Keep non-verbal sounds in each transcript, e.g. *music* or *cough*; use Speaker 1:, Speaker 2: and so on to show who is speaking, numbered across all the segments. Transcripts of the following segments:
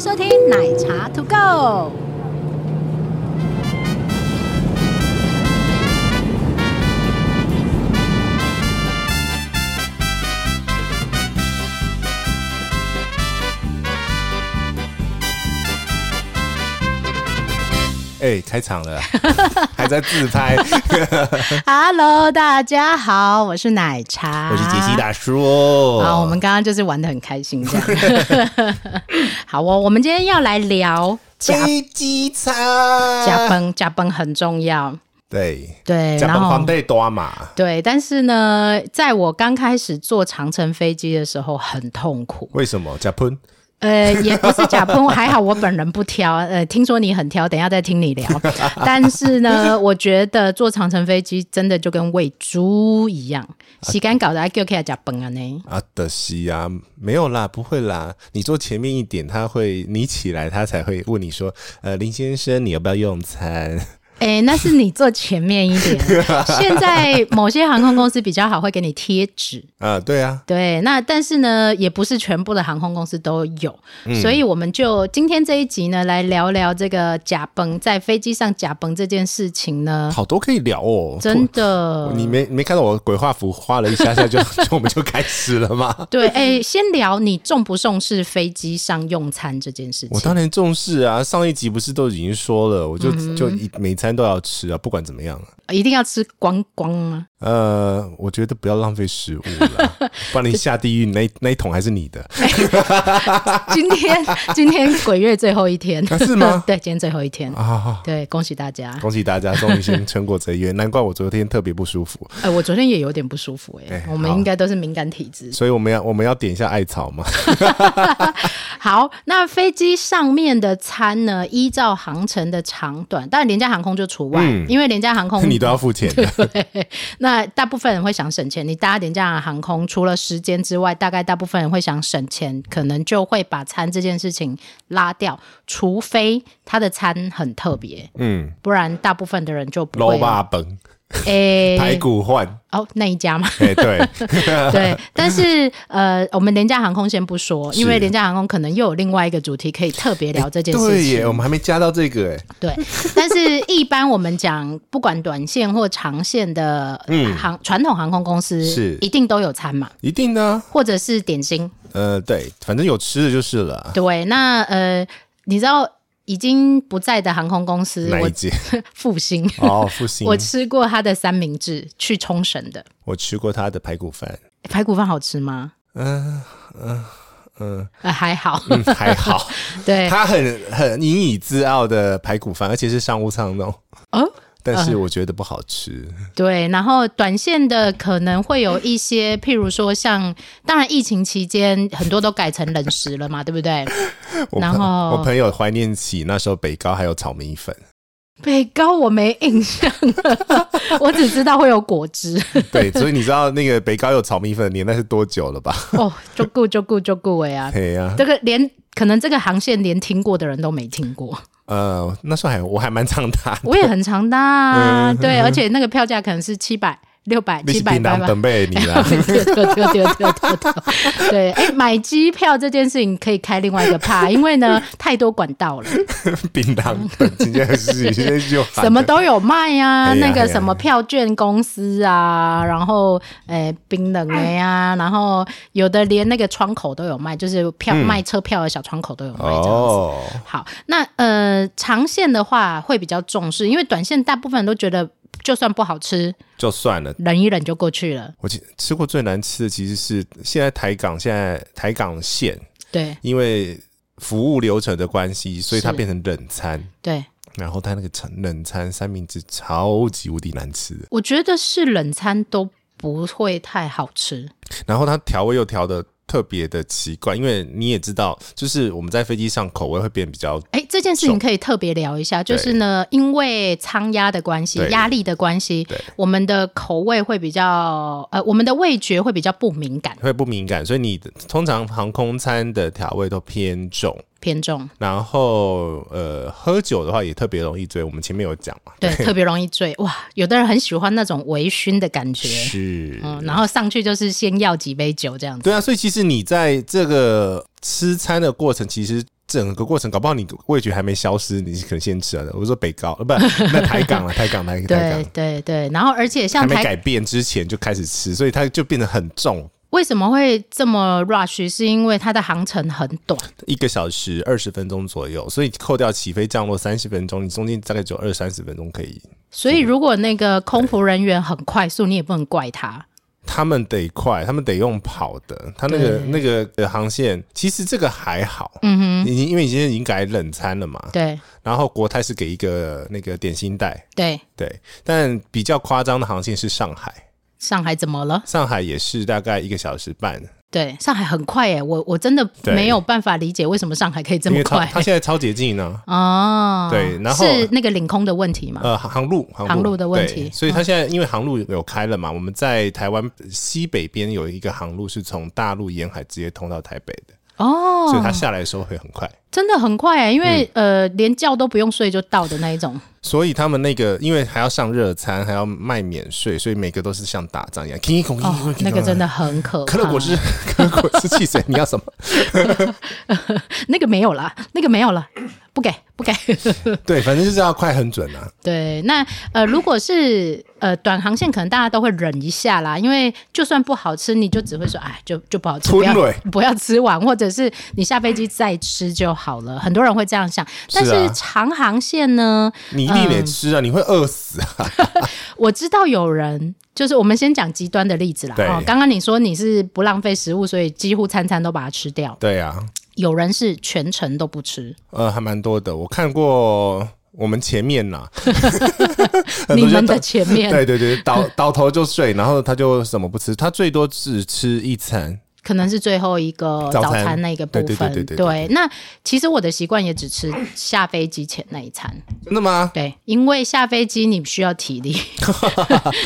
Speaker 1: 收听奶茶 To Go。
Speaker 2: 哎、开场了， *laughs* 还在自
Speaker 1: *laughs*
Speaker 2: 拍。
Speaker 1: Hello，大家好，我是奶茶，
Speaker 2: 我是杰西。大叔。
Speaker 1: 好，我们刚刚就是玩的很开心，这样。好哦，我们今天要来聊加
Speaker 2: 飞机餐，
Speaker 1: 加崩，加崩很重要。
Speaker 2: 对，
Speaker 1: 对，
Speaker 2: 加
Speaker 1: 然
Speaker 2: 班
Speaker 1: 后
Speaker 2: 皇帝多嘛？
Speaker 1: 对，但是呢，在我刚开始坐长城飞机的时候很痛苦。
Speaker 2: 为什么加喷？
Speaker 1: 呃，也不是假喷，还好我本人不挑。 *laughs* 呃，听说你很挑，等一下再听
Speaker 2: *laughs*
Speaker 1: 你聊。但是呢，我觉得坐长城飞机真的就跟喂猪一
Speaker 2: *laughs*
Speaker 1: 样，洗干搞的还叫起来假崩啊呢。
Speaker 2: 啊，的西啊，没有啦，不会啦。你坐前面一点，他会你起来，他才会问你说，呃，林先生，你要不要用餐？ *laughs*
Speaker 1: 哎、那是你坐前面一点。现在某些航空公司比较好，会给你贴纸。
Speaker 2: 啊，对啊，
Speaker 1: 对，那但是呢，也不是全部的航空公司都有，
Speaker 2: 嗯
Speaker 1: 所以我们就今天这一集呢，来聊聊这个假崩在飞机上假崩这件事情呢，
Speaker 2: 好多可以聊哦。
Speaker 1: 真的
Speaker 2: 我。你没没看到我鬼画符画了一下下就 *laughs* 就我们就开始了吗？
Speaker 1: 对，哎、先聊你重不重视飞机上用餐这件事
Speaker 2: 我
Speaker 1: 情。
Speaker 2: 当然重视啊，上一集不是都已经说了，我就、
Speaker 1: 嗯
Speaker 2: 就一每餐都要吃啊，不管怎么样。
Speaker 1: 一定要吃光光吗？ *laughs*
Speaker 2: 呃，我觉得不要浪费食物了，不然你下地狱那那一桶还是你
Speaker 1: *laughs*
Speaker 2: 的。
Speaker 1: 今天 *laughs* 今天鬼月最后一天，
Speaker 2: 啊是吗
Speaker 1: *laughs* 对，今天最后一天，
Speaker 2: 啊！
Speaker 1: 对，恭喜大家。
Speaker 2: *laughs* 恭喜大家终于先撑过这一月，难怪我昨天特别不舒服，
Speaker 1: 哎、我昨天也有点不舒服、哎、
Speaker 2: 哎
Speaker 1: 我们
Speaker 2: 好
Speaker 1: 应该都是敏感体质。
Speaker 2: 所以我们要我们要点一下艾草嘛。
Speaker 1: 好，那飞机上面的餐呢，依照航程的长短，当然廉价航空就除外，因为廉价航空
Speaker 2: 嗯 *laughs* 你都要付钱的，
Speaker 1: 对，那大部分人会想省钱。你搭廉价航空，除了时间之外，大概大部分人会想省钱，可能就会把餐这件事情拉掉，除非他的餐很特别，
Speaker 2: 嗯，
Speaker 1: 不然大部分的人就不
Speaker 2: *laughs* 肉
Speaker 1: 会。
Speaker 2: 霸本
Speaker 1: 诶、
Speaker 2: 排骨换，
Speaker 1: 哦，那一
Speaker 2: *laughs*
Speaker 1: 家吗？
Speaker 2: 哎、对，
Speaker 1: 对，但是呃，我们廉价航空先不说，因为
Speaker 2: 是
Speaker 1: 廉价航空可能又有另外一个主题可以特别 *laughs* 聊这件事
Speaker 2: 对
Speaker 1: 情。
Speaker 2: 耶，我们还没加到这个哎，
Speaker 1: 对，但是一般我们讲，不管短线或长线的航传、统航空公司，
Speaker 2: 嗯是
Speaker 1: 一定都有餐嘛，
Speaker 2: 一定呢，
Speaker 1: 或者是点心。
Speaker 2: 呃，对，反正有吃的就是了。啊
Speaker 1: 对，那呃，你知道已经不在的航空公司，
Speaker 2: 哪一
Speaker 1: 我
Speaker 2: 届？
Speaker 1: 复兴。
Speaker 2: 哦，复兴，
Speaker 1: 我
Speaker 2: 我
Speaker 1: 吃过他的三明治，去冲绳的
Speaker 2: 吃过他的排骨饭，
Speaker 1: 排骨饭好吃吗？嗯嗯嗯，还好。
Speaker 2: 呃嗯，还好，
Speaker 1: 对，
Speaker 2: 他很很引以自傲的排骨饭，而且是商务舱的哦。
Speaker 1: 哦，
Speaker 2: 但是我觉得不好
Speaker 1: *laughs*
Speaker 2: 吃。
Speaker 1: 对，然后短线的可能会有一些，譬如说像，当然疫情期间很多都改成冷食了嘛，对不对？
Speaker 2: 我
Speaker 1: 然
Speaker 2: 朋
Speaker 1: 后
Speaker 2: 我朋友怀念起那时候北高还有炒米粉，
Speaker 1: 北高我没印象了， *laughs* 我只知道会有果汁
Speaker 2: 对，
Speaker 1: *laughs*
Speaker 2: 所以你知道那个北高有炒米粉的年代是多久了吧？
Speaker 1: 哦，就顾就顾就顾哎 *laughs* 啊，
Speaker 2: 对呀、
Speaker 1: 这个连可能这个航线连听过的人都没听
Speaker 2: *laughs*
Speaker 1: 过，
Speaker 2: 呃，那时候还我还蛮常打，
Speaker 1: 我也很常搭啊，对，而且那个票价可能是七百、六百、
Speaker 2: 嗯
Speaker 1: *laughs*
Speaker 2: 你
Speaker 1: 七
Speaker 2: 是
Speaker 1: 百、
Speaker 2: 槟
Speaker 1: 八
Speaker 2: 榔
Speaker 1: 百。
Speaker 2: 等被你啦。
Speaker 1: *laughs* 对对对对对对对，对，哎，买机票这件事情可以开另外一个趴，因为呢太多管道
Speaker 2: *laughs*
Speaker 1: 了，
Speaker 2: 槟榔等今天是现在就
Speaker 1: *laughs*
Speaker 2: 喊
Speaker 1: 什么都有卖呀、
Speaker 2: 哎呀
Speaker 1: 那个什么票券公司啊，然后诶冰冷的呀、然后有的连那个窗口都有卖，就是票、
Speaker 2: 嗯
Speaker 1: 卖车票的小窗口都有卖这样子。
Speaker 2: 哦，
Speaker 1: 好，那呃长线的话会比较重视，因为短线大部分人都觉得就算不好吃，
Speaker 2: 就算了。
Speaker 1: 忍一忍就过去了。
Speaker 2: 我其吃过最难吃的其实是现在台港现在台港线，
Speaker 1: 对
Speaker 2: 因为服务流程的关系，所以它
Speaker 1: 是
Speaker 2: 变成冷餐。
Speaker 1: 对，
Speaker 2: 然后它那个冷冷餐三明治超级无敌难吃的，
Speaker 1: 我觉得是冷餐都不会太好吃。
Speaker 2: 然后它调味又调的特别的奇怪，因为你也知道，就是我们在飞机上口味会变比较，
Speaker 1: 哎，这件事情可以特别聊一下，就是呢，因为仓压的关系、
Speaker 2: 对
Speaker 1: 压力的关系
Speaker 2: 对，
Speaker 1: 我们的口味会比较，呃，我们的味觉会比较不敏感
Speaker 2: 会不敏感，所以你的通常航空餐的调味都偏重。
Speaker 1: 偏重，
Speaker 2: 然后呃，喝酒的话也特别容易醉，我们前面有讲嘛， *laughs*
Speaker 1: 对，特别容易醉。哇，有的人很喜欢那种微醺的感觉，
Speaker 2: 是，
Speaker 1: 嗯，然后上去就是先要几杯酒这样子。
Speaker 2: 对啊，所以其实你在这个吃餐的过程，其实整个过程，搞不好你味觉还没消失，你可能先吃了。我说北高，呃不，那台港
Speaker 1: *laughs*
Speaker 2: 了，台港，台台
Speaker 1: 对
Speaker 2: 港，
Speaker 1: 对对，然后而且
Speaker 2: 还
Speaker 1: 像
Speaker 2: 没
Speaker 1: 台
Speaker 2: 改变之前就开始吃，所以它就变得很重，
Speaker 1: 为什么会这么 rush，是因为它的航程很短，
Speaker 2: 一个小时二十分钟左右，所以扣掉起飞降落三十分钟，你中间大概只有二三十分钟可以。
Speaker 1: 所以如果那个空服人员很快速，你也不能怪他。
Speaker 2: 他们得快，他们得用跑的。他那个
Speaker 1: 对
Speaker 2: 那个呃航线，其实这个还好，嗯哼，已经因为今天已经改冷餐了嘛，
Speaker 1: 对
Speaker 2: 然后国泰是给一个那个点心袋，
Speaker 1: 对，
Speaker 2: 对，但比较夸张的航线是上海，
Speaker 1: 上海怎么了？
Speaker 2: 上海也是大概一个小时半，
Speaker 1: 对，上海很快耶、我我真的
Speaker 2: 对
Speaker 1: 没有办法理解为什么上海可以这
Speaker 2: 因
Speaker 1: 么
Speaker 2: 为超
Speaker 1: 快。
Speaker 2: 它现在超捷径呢、
Speaker 1: 哦，
Speaker 2: 对然后
Speaker 1: 是那个领空的问题嘛？
Speaker 2: 呃，航路航路
Speaker 1: 航路的问
Speaker 2: 对
Speaker 1: 题嗯
Speaker 2: 所以它现在因为航路有开了嘛，我们在台湾西北边有一个航路是从大陆沿海直接通到台北的，所以它
Speaker 1: 哦，
Speaker 2: 下来的时候会很快。
Speaker 1: 真的很快耶、因为、
Speaker 2: 嗯
Speaker 1: 呃，连觉都不用睡就到的那一种。
Speaker 2: 所以他们那个，因为还要上热餐，还要卖免税，所以每个都是像打仗一样，叮一孔叮一孔 *laughs*
Speaker 1: 哦，那个真
Speaker 2: 的。
Speaker 1: 的很可怕。
Speaker 2: 可乐果汁，可乐果汁汽水，你要
Speaker 1: *laughs*
Speaker 2: 什么？
Speaker 1: 那个没有啦，那个没有了，不给不给。
Speaker 2: 对，反正就是要快很准啊。
Speaker 1: 对，那呃，如果是呃短航线，可能大家都会忍一下啦，因为就算不好吃，你就只会说，哎，就就不好吃，
Speaker 2: 吞
Speaker 1: 不要
Speaker 2: 蕊
Speaker 1: 不要吃完，或者是你下飞机再吃就好了。很多人会这样想，但
Speaker 2: 是啊
Speaker 1: 是长航线呢，
Speaker 2: 你一定
Speaker 1: 嗯
Speaker 2: 得吃啊，你会饿死啊。
Speaker 1: 我知道有人。就是我们先讲极端的例子啦，
Speaker 2: 对
Speaker 1: 哦，刚刚你说你是不浪费食物，所以几乎餐餐都把它吃掉。
Speaker 2: 对啊，
Speaker 1: 有人是全程都不吃，
Speaker 2: 呃，还蛮多的。我看过我们前面呐、很
Speaker 1: 你
Speaker 2: 多就
Speaker 1: 们的
Speaker 2: 倒
Speaker 1: 前面
Speaker 2: 呃对对对，倒倒头就睡，然后他就什么不吃，他最多只吃一餐。
Speaker 1: 可能是最后一个
Speaker 2: 早
Speaker 1: 早
Speaker 2: 餐
Speaker 1: 餐那一个部
Speaker 2: 对对
Speaker 1: 分
Speaker 2: 对对。对
Speaker 1: 对，那其实我的习惯也只吃下飞机前那一餐。
Speaker 2: 真的吗？
Speaker 1: 对，因为下飞机你需要体
Speaker 2: *laughs*
Speaker 1: 力，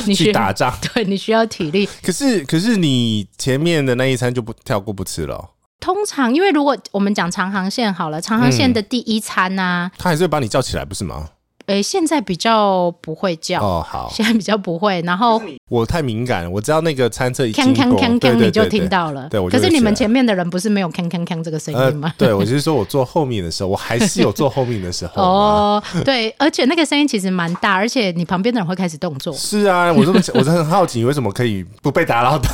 Speaker 1: 你需
Speaker 2: 去
Speaker 1: 要
Speaker 2: 打仗？
Speaker 1: 对，你需要体力。
Speaker 2: 可是可是你前面的那一餐就不跳过不吃了哦、
Speaker 1: 通常，因为如果我们讲长航线好了，长航线
Speaker 2: 嗯
Speaker 1: 的第一餐啊，
Speaker 2: 他还是会把你叫起来，不是吗？
Speaker 1: 诶、现在比较不会叫，
Speaker 2: 哦，好，
Speaker 1: 现在比较不会，然后
Speaker 2: 我太敏感了，我知道那个餐车一
Speaker 1: 锵
Speaker 2: 经
Speaker 1: 锵
Speaker 2: 过，
Speaker 1: 锵
Speaker 2: 对
Speaker 1: 锵，
Speaker 2: 对
Speaker 1: 你就
Speaker 2: 对
Speaker 1: 听
Speaker 2: 对。
Speaker 1: 到了。
Speaker 2: 对我就
Speaker 1: 可
Speaker 2: 会
Speaker 1: 是你们
Speaker 2: 起来
Speaker 1: 前面的人不是没有锵锵锵这个声
Speaker 2: 呃
Speaker 1: 音吗，？
Speaker 2: 对，我就是说我坐后面的时候，我还是有坐后面的时候。哦，
Speaker 1: *laughs* 哦，对，而且那个声音其实蛮大，而且你旁边的人会开始动作。
Speaker 2: 是啊，我这么我是很好奇，你为什么可以不被打扰到？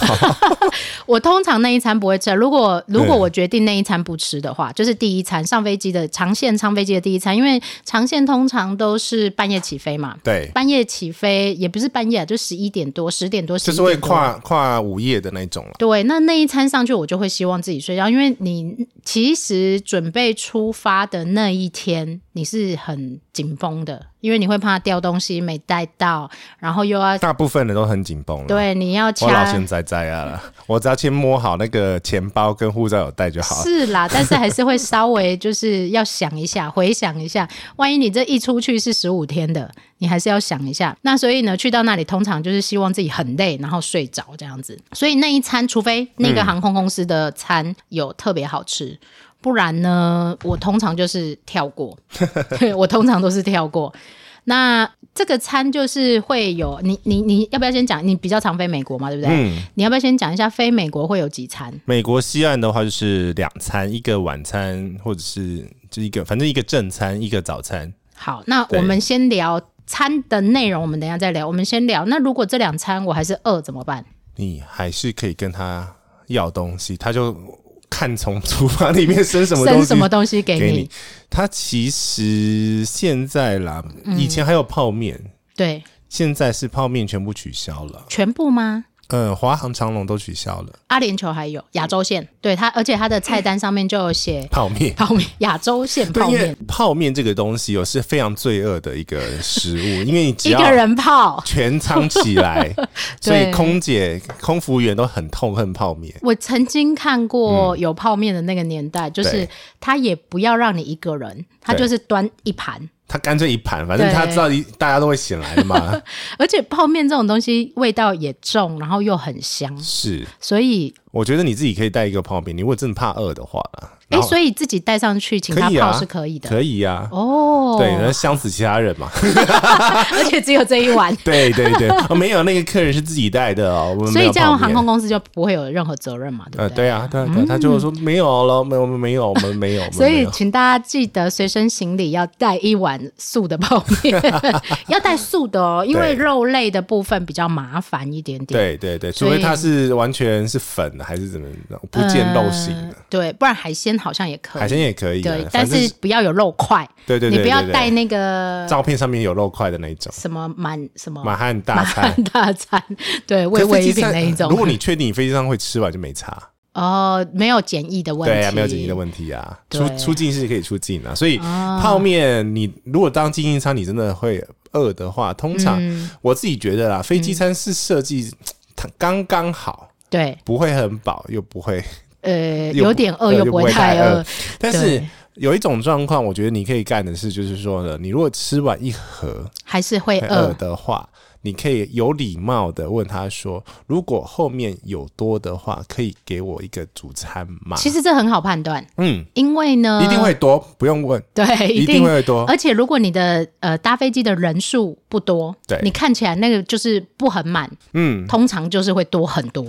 Speaker 1: 我通常那一餐不会吃。如果如果
Speaker 2: 对
Speaker 1: 我决定那一餐不吃的话，就是第一餐上飞机的长线上飞机的第一餐，因为长线通常都是半夜起飞嘛。
Speaker 2: 对，
Speaker 1: 半夜起飞也不是半夜啊，就十一点多、十点多、
Speaker 2: 就
Speaker 1: 11
Speaker 2: 是会
Speaker 1: 点多
Speaker 2: 跨跨午夜的那种了。
Speaker 1: 对，那那一餐上去，我就会希望自己睡觉，因为你其实准备出发的那一天，你是很紧绷的，因为你会怕掉东西没带到，然后又要
Speaker 2: 大部分人都很紧绷了。，
Speaker 1: 对你要
Speaker 2: 我老
Speaker 1: 掐
Speaker 2: 现在在啊了， *laughs* 我只要先摸好那个钱包跟护照有带
Speaker 1: *laughs*
Speaker 2: 就好了。
Speaker 1: 是啦，但是还是会稍微就是要想一下，回想一下，万一你这一出去是十五天的，你还是要想一下。那所以呢，去到那里通常就是希望自己很累，然后睡着这样子。所以那一餐，除非那个航空公司的餐有特别好吃。
Speaker 2: 嗯
Speaker 1: 不然呢，我通常就是跳过，对我通常都是跳过。那这个餐就是会有你你你要不要先讲？你比较常飞美国嘛，对不对？
Speaker 2: 嗯，
Speaker 1: 你要不要先讲一下飞美国会有几餐？
Speaker 2: 美国西岸的话就是两餐，一个晚餐或者是就一个，反正一个正餐，一个早餐。
Speaker 1: 好，那
Speaker 2: 对
Speaker 1: 我们先聊餐的内容，我们等一下再聊。我们先聊，那如果这两餐我还是饿怎么办？
Speaker 2: 你还是可以跟他要东西，他就看从厨房里面生什么东
Speaker 1: *laughs* 生
Speaker 2: 西
Speaker 1: 什么东西给你？
Speaker 2: 给你。他其实现在啦，
Speaker 1: 嗯
Speaker 2: 以前还有泡面，
Speaker 1: 对，
Speaker 2: 现在是泡面全部取消了，
Speaker 1: 全部吗？
Speaker 2: 呃，华航、长龙都取消了
Speaker 1: 阿联酋还有亚洲线，对它，而且它的菜单上面就有
Speaker 2: *laughs*
Speaker 1: 写
Speaker 2: 泡面。
Speaker 1: 泡面，亚洲线
Speaker 2: 对，
Speaker 1: 泡
Speaker 2: 因为
Speaker 1: 面，
Speaker 2: 泡面这个东西哦是非常罪恶的一个食物，因为你
Speaker 1: *laughs*
Speaker 2: 只
Speaker 1: 一
Speaker 2: 要
Speaker 1: 个人泡。
Speaker 2: 全仓起来，所以
Speaker 1: *laughs* 对
Speaker 2: 空姐、空服务员都很痛恨泡面。
Speaker 1: 我曾经看过有泡面的那个年代，就是
Speaker 2: 嗯对
Speaker 1: 他也不要让你一个人，他
Speaker 2: 对
Speaker 1: 就是端一盘，
Speaker 2: 他干脆一盘，反正他
Speaker 1: 对
Speaker 2: 知道一大家都会醒来的
Speaker 1: *laughs*
Speaker 2: 嘛。
Speaker 1: 而且泡面这种东西味道也重，然后又很香，
Speaker 2: 是，
Speaker 1: 所以
Speaker 2: 我觉得你自己可以带一个泡面，你如果真的怕饿的话啦，
Speaker 1: 哎、
Speaker 2: 然后
Speaker 1: 所以自己带上去请他
Speaker 2: 可以啊
Speaker 1: 泡是可以的。
Speaker 2: 可以呀、
Speaker 1: 哦， *laughs*
Speaker 2: 对，然后香死其他人嘛。 *laughs*
Speaker 1: 而且只有这一碗，
Speaker 2: 对对
Speaker 1: *laughs*
Speaker 2: 对，哦，没有那个客人是自己带的哦， *laughs* 我
Speaker 1: 所
Speaker 2: 们没
Speaker 1: 以
Speaker 2: 有
Speaker 1: 这样
Speaker 2: 泡面
Speaker 1: 航空公司就不会有任何责任嘛，对
Speaker 2: 呃，
Speaker 1: 不对？
Speaker 2: 对啊，对啊，对啊，他就说没有了，没有，我们没有，我们没有，我们
Speaker 1: 所
Speaker 2: 没
Speaker 1: 以
Speaker 2: 有，
Speaker 1: 请大家记得随身行李要带一碗素的泡
Speaker 2: *laughs*
Speaker 1: 面，要带素的哦，因为
Speaker 2: 对
Speaker 1: 肉类的部分比较麻烦一点点。
Speaker 2: 对对对，除
Speaker 1: 所
Speaker 2: 非
Speaker 1: 以
Speaker 2: 它是完全是粉的还是怎么样不见肉型的，
Speaker 1: 呃对，不然海鲜好像也可以，
Speaker 2: 海鲜也可以啊
Speaker 1: 对，，但
Speaker 2: 反正
Speaker 1: 是不要有肉块，
Speaker 2: 对对对，
Speaker 1: 你不要
Speaker 2: 对对
Speaker 1: 带那个哦
Speaker 2: 照片上面有肉块的那一种，
Speaker 1: 什么满什么
Speaker 2: 满汉大餐。
Speaker 1: 大餐，对，
Speaker 2: 可
Speaker 1: 味
Speaker 2: 是
Speaker 1: 味一
Speaker 2: 飞机
Speaker 1: 品
Speaker 2: 上
Speaker 1: 那一种。
Speaker 2: 如果你确定你飞机上会吃完就没差，
Speaker 1: 哦，没有检疫的问题，
Speaker 2: 对啊，没有紧急的问题啊，
Speaker 1: 对
Speaker 2: 出出境是可以出境啊，所以泡面你如果当经营舱，你真的会饿的话，通常
Speaker 1: 嗯
Speaker 2: 我自己觉得啦，飞机餐是设计它刚刚好，
Speaker 1: 对，
Speaker 2: 不会很饱，又不会，
Speaker 1: 呃，
Speaker 2: 又
Speaker 1: 有点饿又不会太
Speaker 2: 又不会太
Speaker 1: 饿
Speaker 2: 饿， *laughs* 但是
Speaker 1: 对
Speaker 2: 有一种状况，我觉得你可以干的是，就是说呢，你如果吃完一盒
Speaker 1: 还是会
Speaker 2: 会饿
Speaker 1: 饿。
Speaker 2: 的话。你可以有礼貌的问他说：“如果后面有多的话，可以给我一个主餐吗？”
Speaker 1: 其实呃这很好判断，
Speaker 2: 嗯，
Speaker 1: 因为呢，
Speaker 2: 一定会多，不用问，
Speaker 1: 对，
Speaker 2: 一定会多。
Speaker 1: 而且如果你的呃搭飞机的人数不多，
Speaker 2: 对
Speaker 1: 你看起来那个就是不很满，
Speaker 2: 嗯，
Speaker 1: 通常就是会多很多。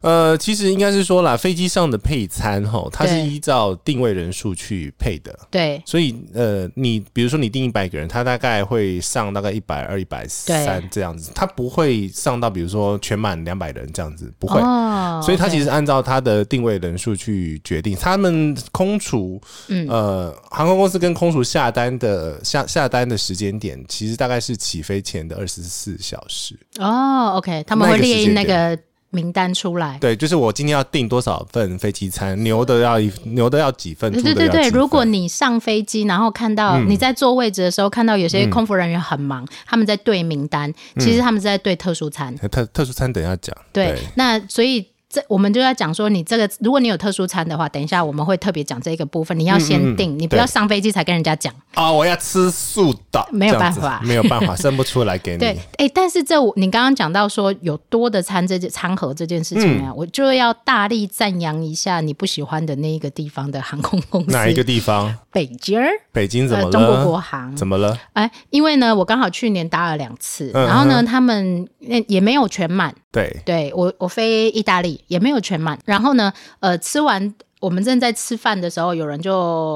Speaker 2: 呃，其实应该是说啦，飞机上的配餐吼，它是
Speaker 1: 对
Speaker 2: 依照定位人数去配的。
Speaker 1: 对
Speaker 2: 所以，呃，你比如说你定一百个人，他大概会上大概一百二、一百三
Speaker 1: 对
Speaker 2: 这样子，他不会上到比如说全满两百人这样子，不会。
Speaker 1: 哦
Speaker 2: 所以他
Speaker 1: 对
Speaker 2: 其实按照他的定位人数去决定。他们空厨，
Speaker 1: 嗯
Speaker 2: 呃，航空公司跟空厨下单的下下单的时间点，其实大概是起飞前的二十四小时。
Speaker 1: 哦，OK，他们
Speaker 2: 那
Speaker 1: 会
Speaker 2: 个时
Speaker 1: 列
Speaker 2: 间
Speaker 1: 印那
Speaker 2: 点
Speaker 1: 个名单出来。
Speaker 2: 对，就是我今天要订多少份飞机餐，牛的要一牛的要几份，
Speaker 1: 对
Speaker 2: 猪的
Speaker 1: 对
Speaker 2: 要嗯
Speaker 1: 对对，
Speaker 2: 几份
Speaker 1: 如果你上飞机，然后看到你在坐位置的时候，看到有些
Speaker 2: 嗯
Speaker 1: 空服人员很忙，他们在对名单，其实他们是在对特殊餐。
Speaker 2: 特特殊餐等一下讲。
Speaker 1: 对，那所以这我们就要讲说，你这个如果你有特殊餐的话，等一下我们会特别讲这个部分，你要
Speaker 2: 嗯
Speaker 1: 先定，你不要上飞机才跟人家讲。
Speaker 2: 啊，我要吃素的，
Speaker 1: 没有
Speaker 2: 这样子
Speaker 1: 办法
Speaker 2: 没有办
Speaker 1: *laughs*
Speaker 2: 法，生不出来给
Speaker 1: 对
Speaker 2: 你。，
Speaker 1: 哎，但是这我你刚刚讲到说有多的餐这件餐盒这件事情啊，
Speaker 2: 嗯
Speaker 1: 我就要大力赞扬一下你不喜欢的那一个地方的航空公司，
Speaker 2: 哪一个地方？
Speaker 1: 北京儿，
Speaker 2: 北京怎么
Speaker 1: 呃，中国
Speaker 2: 了？
Speaker 1: 国航。
Speaker 2: 怎么了？
Speaker 1: 哎，因为呢，我刚好去年搭了两次，
Speaker 2: 嗯
Speaker 1: 然后呢，他们那也没有全满，
Speaker 2: 对，
Speaker 1: 对我我飞意大利也没有全满，然后呢，呃，吃完。我们正在吃饭的时候，有人就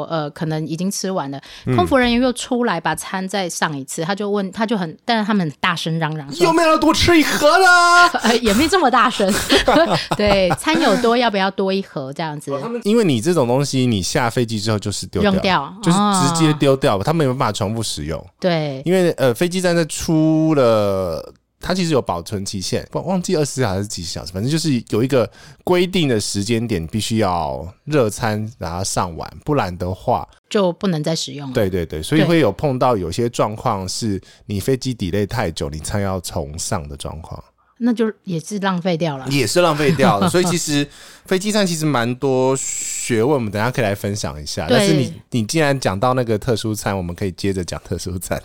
Speaker 1: 呃，可能已经吃完了，
Speaker 2: 嗯
Speaker 1: 空服人员又出来把餐再上一次，他就问，他就很，但是他们很大声嚷嚷 *laughs* 说，
Speaker 2: 有没有要多吃一盒呢？
Speaker 1: 呃也没这么大声， *laughs* 对，餐有多要不要多一盒这样子？
Speaker 2: 因为你这种东西，你下飞机之后就是丢
Speaker 1: 扔掉
Speaker 2: 就是直接
Speaker 1: 哦
Speaker 2: 丢掉，他们没有办法重复使用。
Speaker 1: 对，
Speaker 2: 因为呃，飞机站在出了。它其实有保存期限，忘忘记二十四小时还是几小时，反正就是有一个规定的时间点，必须要热餐然后上完，不然的话，
Speaker 1: 就不能再使用了。
Speaker 2: 对对对，所以
Speaker 1: 对
Speaker 2: 会有碰到有些状况是你飞机 delay 太久，你餐要重上的状况，
Speaker 1: 那就也是浪费掉了。
Speaker 2: 也是浪费掉了。所以其 *laughs* 实飞机上其实蛮多学问，我们等一下可以来分享一下。
Speaker 1: 对
Speaker 2: 但是你你既然讲到那个特殊餐，我们可以接着讲特殊 *laughs* 餐。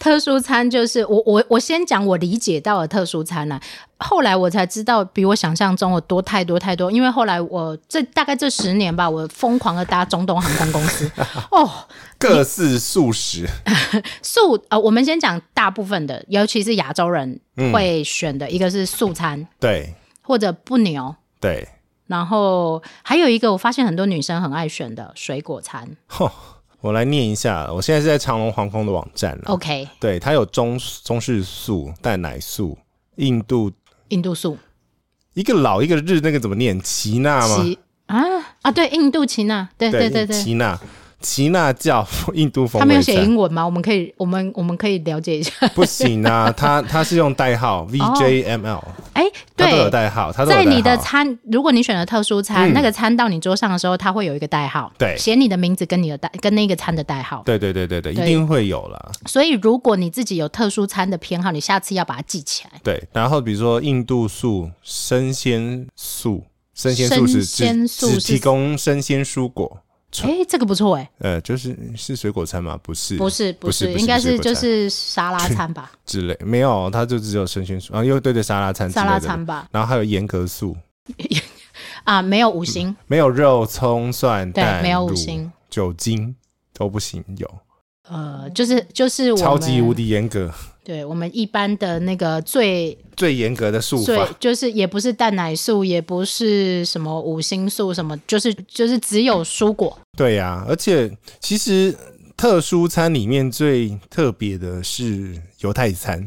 Speaker 1: 特殊餐就是我我我先讲我理解到的特殊餐呢、后来我才知道比我想象中的多太多太多，因为后来我这大概这十年吧，我疯狂的搭中东航空公司哦，
Speaker 2: 各式素 *laughs* 食，
Speaker 1: 素呃，我们先讲大部分的，尤其是亚洲人会选的、一个是素餐
Speaker 2: 对
Speaker 1: 或者不牛，
Speaker 2: 对。
Speaker 1: 然后还有一个我发现很多女生很爱选的水果餐
Speaker 2: 哼，我来念一下，我现在是在长隆航空的网站了。
Speaker 1: ，OK，
Speaker 2: 对，它有中中式素、蛋奶素、印度
Speaker 1: 印度素
Speaker 2: 一个老一个日，那个怎么念？奇纳吗？
Speaker 1: 奇啊啊对，印度奇纳，对对对对。
Speaker 2: 奇纳。奇纳教 *laughs* 印度风
Speaker 1: 他没有
Speaker 2: 味
Speaker 1: 写
Speaker 2: 餐
Speaker 1: 英文吗？我们可以，我们我们可以了解
Speaker 2: *laughs*
Speaker 1: 一下。
Speaker 2: 不
Speaker 1: *laughs*
Speaker 2: 行啊，它它是用代号 VJML，
Speaker 1: 哎、
Speaker 2: 它都有
Speaker 1: 哦对，
Speaker 2: 代号，它都有
Speaker 1: 在
Speaker 2: 代
Speaker 1: 你的
Speaker 2: 号
Speaker 1: 餐，如果你选了特殊餐，
Speaker 2: 嗯
Speaker 1: 那个餐到你桌上的时候，它会有一个代号，
Speaker 2: 对
Speaker 1: 写你的名字跟你的代跟那个餐的代号。
Speaker 2: 对对对对对，一
Speaker 1: 对
Speaker 2: 定会有啦。
Speaker 1: 所以如果你自己有特殊餐的偏好，你下次要把它记起来。
Speaker 2: 对，然后比如说印度素、生鲜素、生鲜素
Speaker 1: 生
Speaker 2: 食
Speaker 1: 鲜
Speaker 2: 只
Speaker 1: 素
Speaker 2: 只
Speaker 1: 是
Speaker 2: 提供生鲜蔬果，
Speaker 1: 哎、这个不错哎、
Speaker 2: 呃，就是是水果餐吗？不是，
Speaker 1: 不是
Speaker 2: 不
Speaker 1: 是，
Speaker 2: 不
Speaker 1: 应该
Speaker 2: 水
Speaker 1: 是
Speaker 2: 果
Speaker 1: 就
Speaker 2: 餐
Speaker 1: 是沙拉餐吧，
Speaker 2: 之类，没有，它就只有生鲜素啊，又对对沙拉餐之
Speaker 1: 沙拉
Speaker 2: 类的
Speaker 1: 餐吧。
Speaker 2: 然后还有严格素，
Speaker 1: 啊，没有五星，
Speaker 2: 没有肉、葱、蒜、
Speaker 1: 对
Speaker 2: 蛋、
Speaker 1: 没有五
Speaker 2: 乳
Speaker 1: 星、
Speaker 2: 酒精都不行，有
Speaker 1: 呃，就是就是我们
Speaker 2: 嗯超级无，敌严格，
Speaker 1: 对我们一般的那个最
Speaker 2: 最严格的术
Speaker 1: 最
Speaker 2: 法。
Speaker 1: 就是也不是蛋奶素，也不是什么五星素，什么就是就是只有蔬果，
Speaker 2: 对呀、而且其实特殊餐里面最特别的是犹太餐，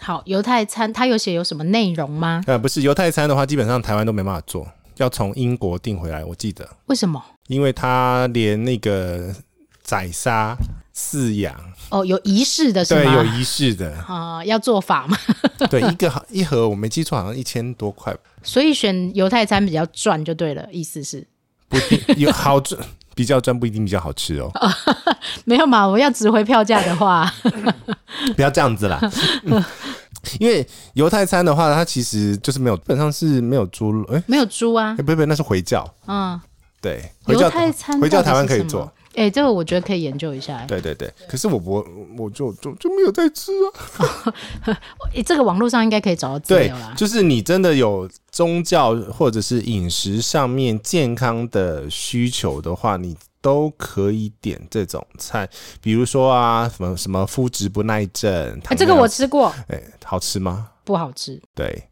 Speaker 1: 好，犹太餐它有写有什么内容吗？
Speaker 2: 呃，不是犹太餐的话，基本上台湾都没办法做，要从英国订回来。我记得，
Speaker 1: 为什么？
Speaker 2: 因为它连那个宰杀、饲养，
Speaker 1: 哦，有仪式的是
Speaker 2: 对，有
Speaker 1: 吗？，
Speaker 2: 仪式的
Speaker 1: 啊、要做法嘛，
Speaker 2: 对，一个一盒我没记错，好像一千多块，
Speaker 1: *laughs* 所以选犹太餐比较赚就对了，意思是
Speaker 2: 不一定有好 *laughs* 赚，比较赚不一定比较好吃哦，
Speaker 1: 没有嘛？我要值回票价的话， *laughs*
Speaker 2: 不要这样子啦。 *laughs* 嗯因为犹太餐的话，它其实就是没有，基本上是没有猪肉，哎、
Speaker 1: 没有猪啊
Speaker 2: 哎，不是不是，那是回教，
Speaker 1: 嗯，
Speaker 2: 对，回
Speaker 1: 犹
Speaker 2: 教
Speaker 1: 太餐
Speaker 2: 回教
Speaker 1: 到底
Speaker 2: 台
Speaker 1: 是
Speaker 2: 湾可以
Speaker 1: 什么
Speaker 2: 做，。
Speaker 1: 哎、这个我觉得可以研究一下、哎
Speaker 2: 对对对，可是我不，我就就就没有在吃啊。
Speaker 1: 哎这个网络上应该可以找到资
Speaker 2: 对
Speaker 1: 料啦，。
Speaker 2: 就是你真的有宗教或者是饮食上面健康的需求的话，你都可以点这种菜，比如说啊，什么什么肤质不耐症，
Speaker 1: 哎、
Speaker 2: 糖
Speaker 1: 这个
Speaker 2: 尿
Speaker 1: 我吃过，
Speaker 2: 哎、好吃吗？
Speaker 1: 不好吃，
Speaker 2: 对，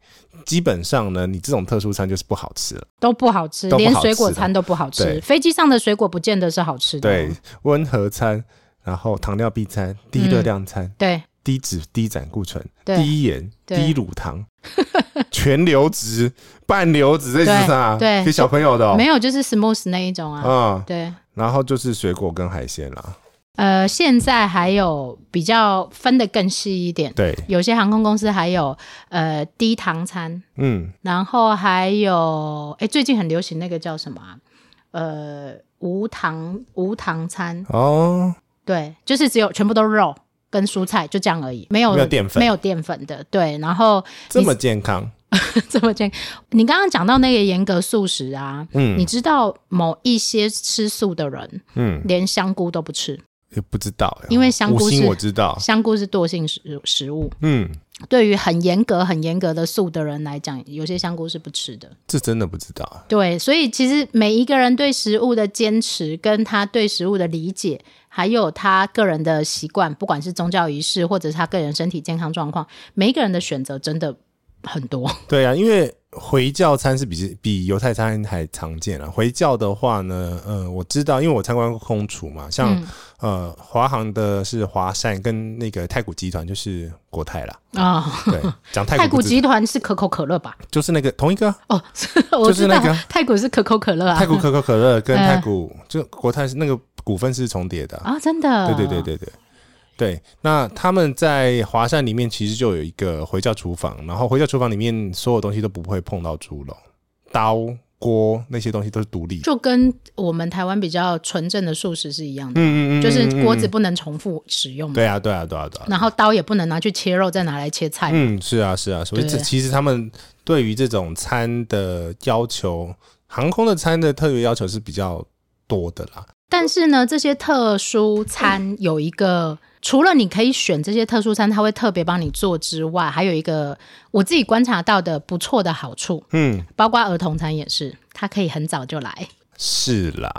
Speaker 2: 基本上呢，你这种特殊餐就是不好吃了。
Speaker 1: 都不好吃，
Speaker 2: 都不好
Speaker 1: 连
Speaker 2: 吃
Speaker 1: 水果餐都不好吃。
Speaker 2: 对
Speaker 1: 飞机上的水果不见得是好吃的。
Speaker 2: 对，温和餐，然后糖尿病餐、低热量餐、
Speaker 1: 对
Speaker 2: 低脂、低胆固醇、
Speaker 1: 嗯对
Speaker 2: 低盐、
Speaker 1: 对
Speaker 2: 低乳糖、 *laughs* 全流质、半流质，这是啥？
Speaker 1: 对对
Speaker 2: 给小朋友的、哦
Speaker 1: 没。有就是 smooth 那一种啊。
Speaker 2: 嗯，
Speaker 1: 对，
Speaker 2: 然后就是水果跟海鲜啦。
Speaker 1: 呃，现在还有比较分得更细一点，
Speaker 2: 对，
Speaker 1: 有些航空公司还有呃低糖餐，
Speaker 2: 嗯，
Speaker 1: 然后还有哎最近很流行那个叫什么、啊？呃，无糖无糖餐，
Speaker 2: 哦，
Speaker 1: 对，就是只有全部都肉跟蔬菜，就这样而已，没有
Speaker 2: 没有淀粉
Speaker 1: 没有淀粉的，对。然后
Speaker 2: 这么健康，
Speaker 1: *laughs* 这么讲，你刚刚讲到那个严格素食啊，
Speaker 2: 嗯
Speaker 1: 你知道某一些吃素的人
Speaker 2: 嗯，
Speaker 1: 连香菇都不吃，
Speaker 2: 也不知道欸，
Speaker 1: 因为香菇
Speaker 2: 五
Speaker 1: 是
Speaker 2: 星我知道，
Speaker 1: 香菇是惰性食食物。
Speaker 2: 嗯，
Speaker 1: 对于很严格、很严格的素的人来讲，有些香菇是不吃的。
Speaker 2: 这真的不知道，
Speaker 1: 对，所以其实每一个人对食物的坚持，跟他对食物的理解，还有他个人的习惯，不管是宗教仪式，或者是他个人身体健康状况，每一个人的选择真的很多。
Speaker 2: 对啊，因为回教餐是比比犹太餐还常见啊。回教的话呢，呃，我知道，因为我参观过空厨嘛，像、
Speaker 1: 嗯
Speaker 2: 呃华航的是华善，跟那个太古集团就是国泰
Speaker 1: *laughs*
Speaker 2: 啦，
Speaker 1: 啊、
Speaker 2: 对，讲太古
Speaker 1: 太古
Speaker 2: 不知
Speaker 1: 集团是可口可乐吧？
Speaker 2: 就是那个同一个啊、
Speaker 1: 哦，是 *laughs* 我
Speaker 2: 就是
Speaker 1: 知道、
Speaker 2: 那个啊
Speaker 1: 太古是可口可乐啊，
Speaker 2: 太古可口可乐跟
Speaker 1: 嗯
Speaker 2: 太古、就国泰是那个股份是重叠的啊、
Speaker 1: 啊，真的，
Speaker 2: 对对对，对对。对，那他们在华山里面其实就有一个回教厨房，然后回教厨房里面所有东西都不会碰到猪肉，刀、锅那些东西都是独立。
Speaker 1: 就跟我们台湾比较纯正的素食是一样的，
Speaker 2: 嗯嗯嗯，
Speaker 1: 就是
Speaker 2: 嗯
Speaker 1: 锅子。
Speaker 2: 嗯
Speaker 1: 不能重复使用嘛，
Speaker 2: 对啊，对啊，对啊，对啊。
Speaker 1: 然后刀也不能拿去切肉，再拿来切菜。
Speaker 2: 嗯，是啊，是啊，所以
Speaker 1: 对
Speaker 2: 这其实他们对于这种餐的要求，航空的餐的特别要求是比较多的啦。
Speaker 1: 但是呢，这些特殊餐有一个，除了你可以选这些特殊餐，它会特别帮你做之外，还有一个我自己观察到的不错的好处，
Speaker 2: 嗯，
Speaker 1: 包括儿童餐也是，它可以很早就来。
Speaker 2: 是
Speaker 1: *laughs*
Speaker 2: 啦，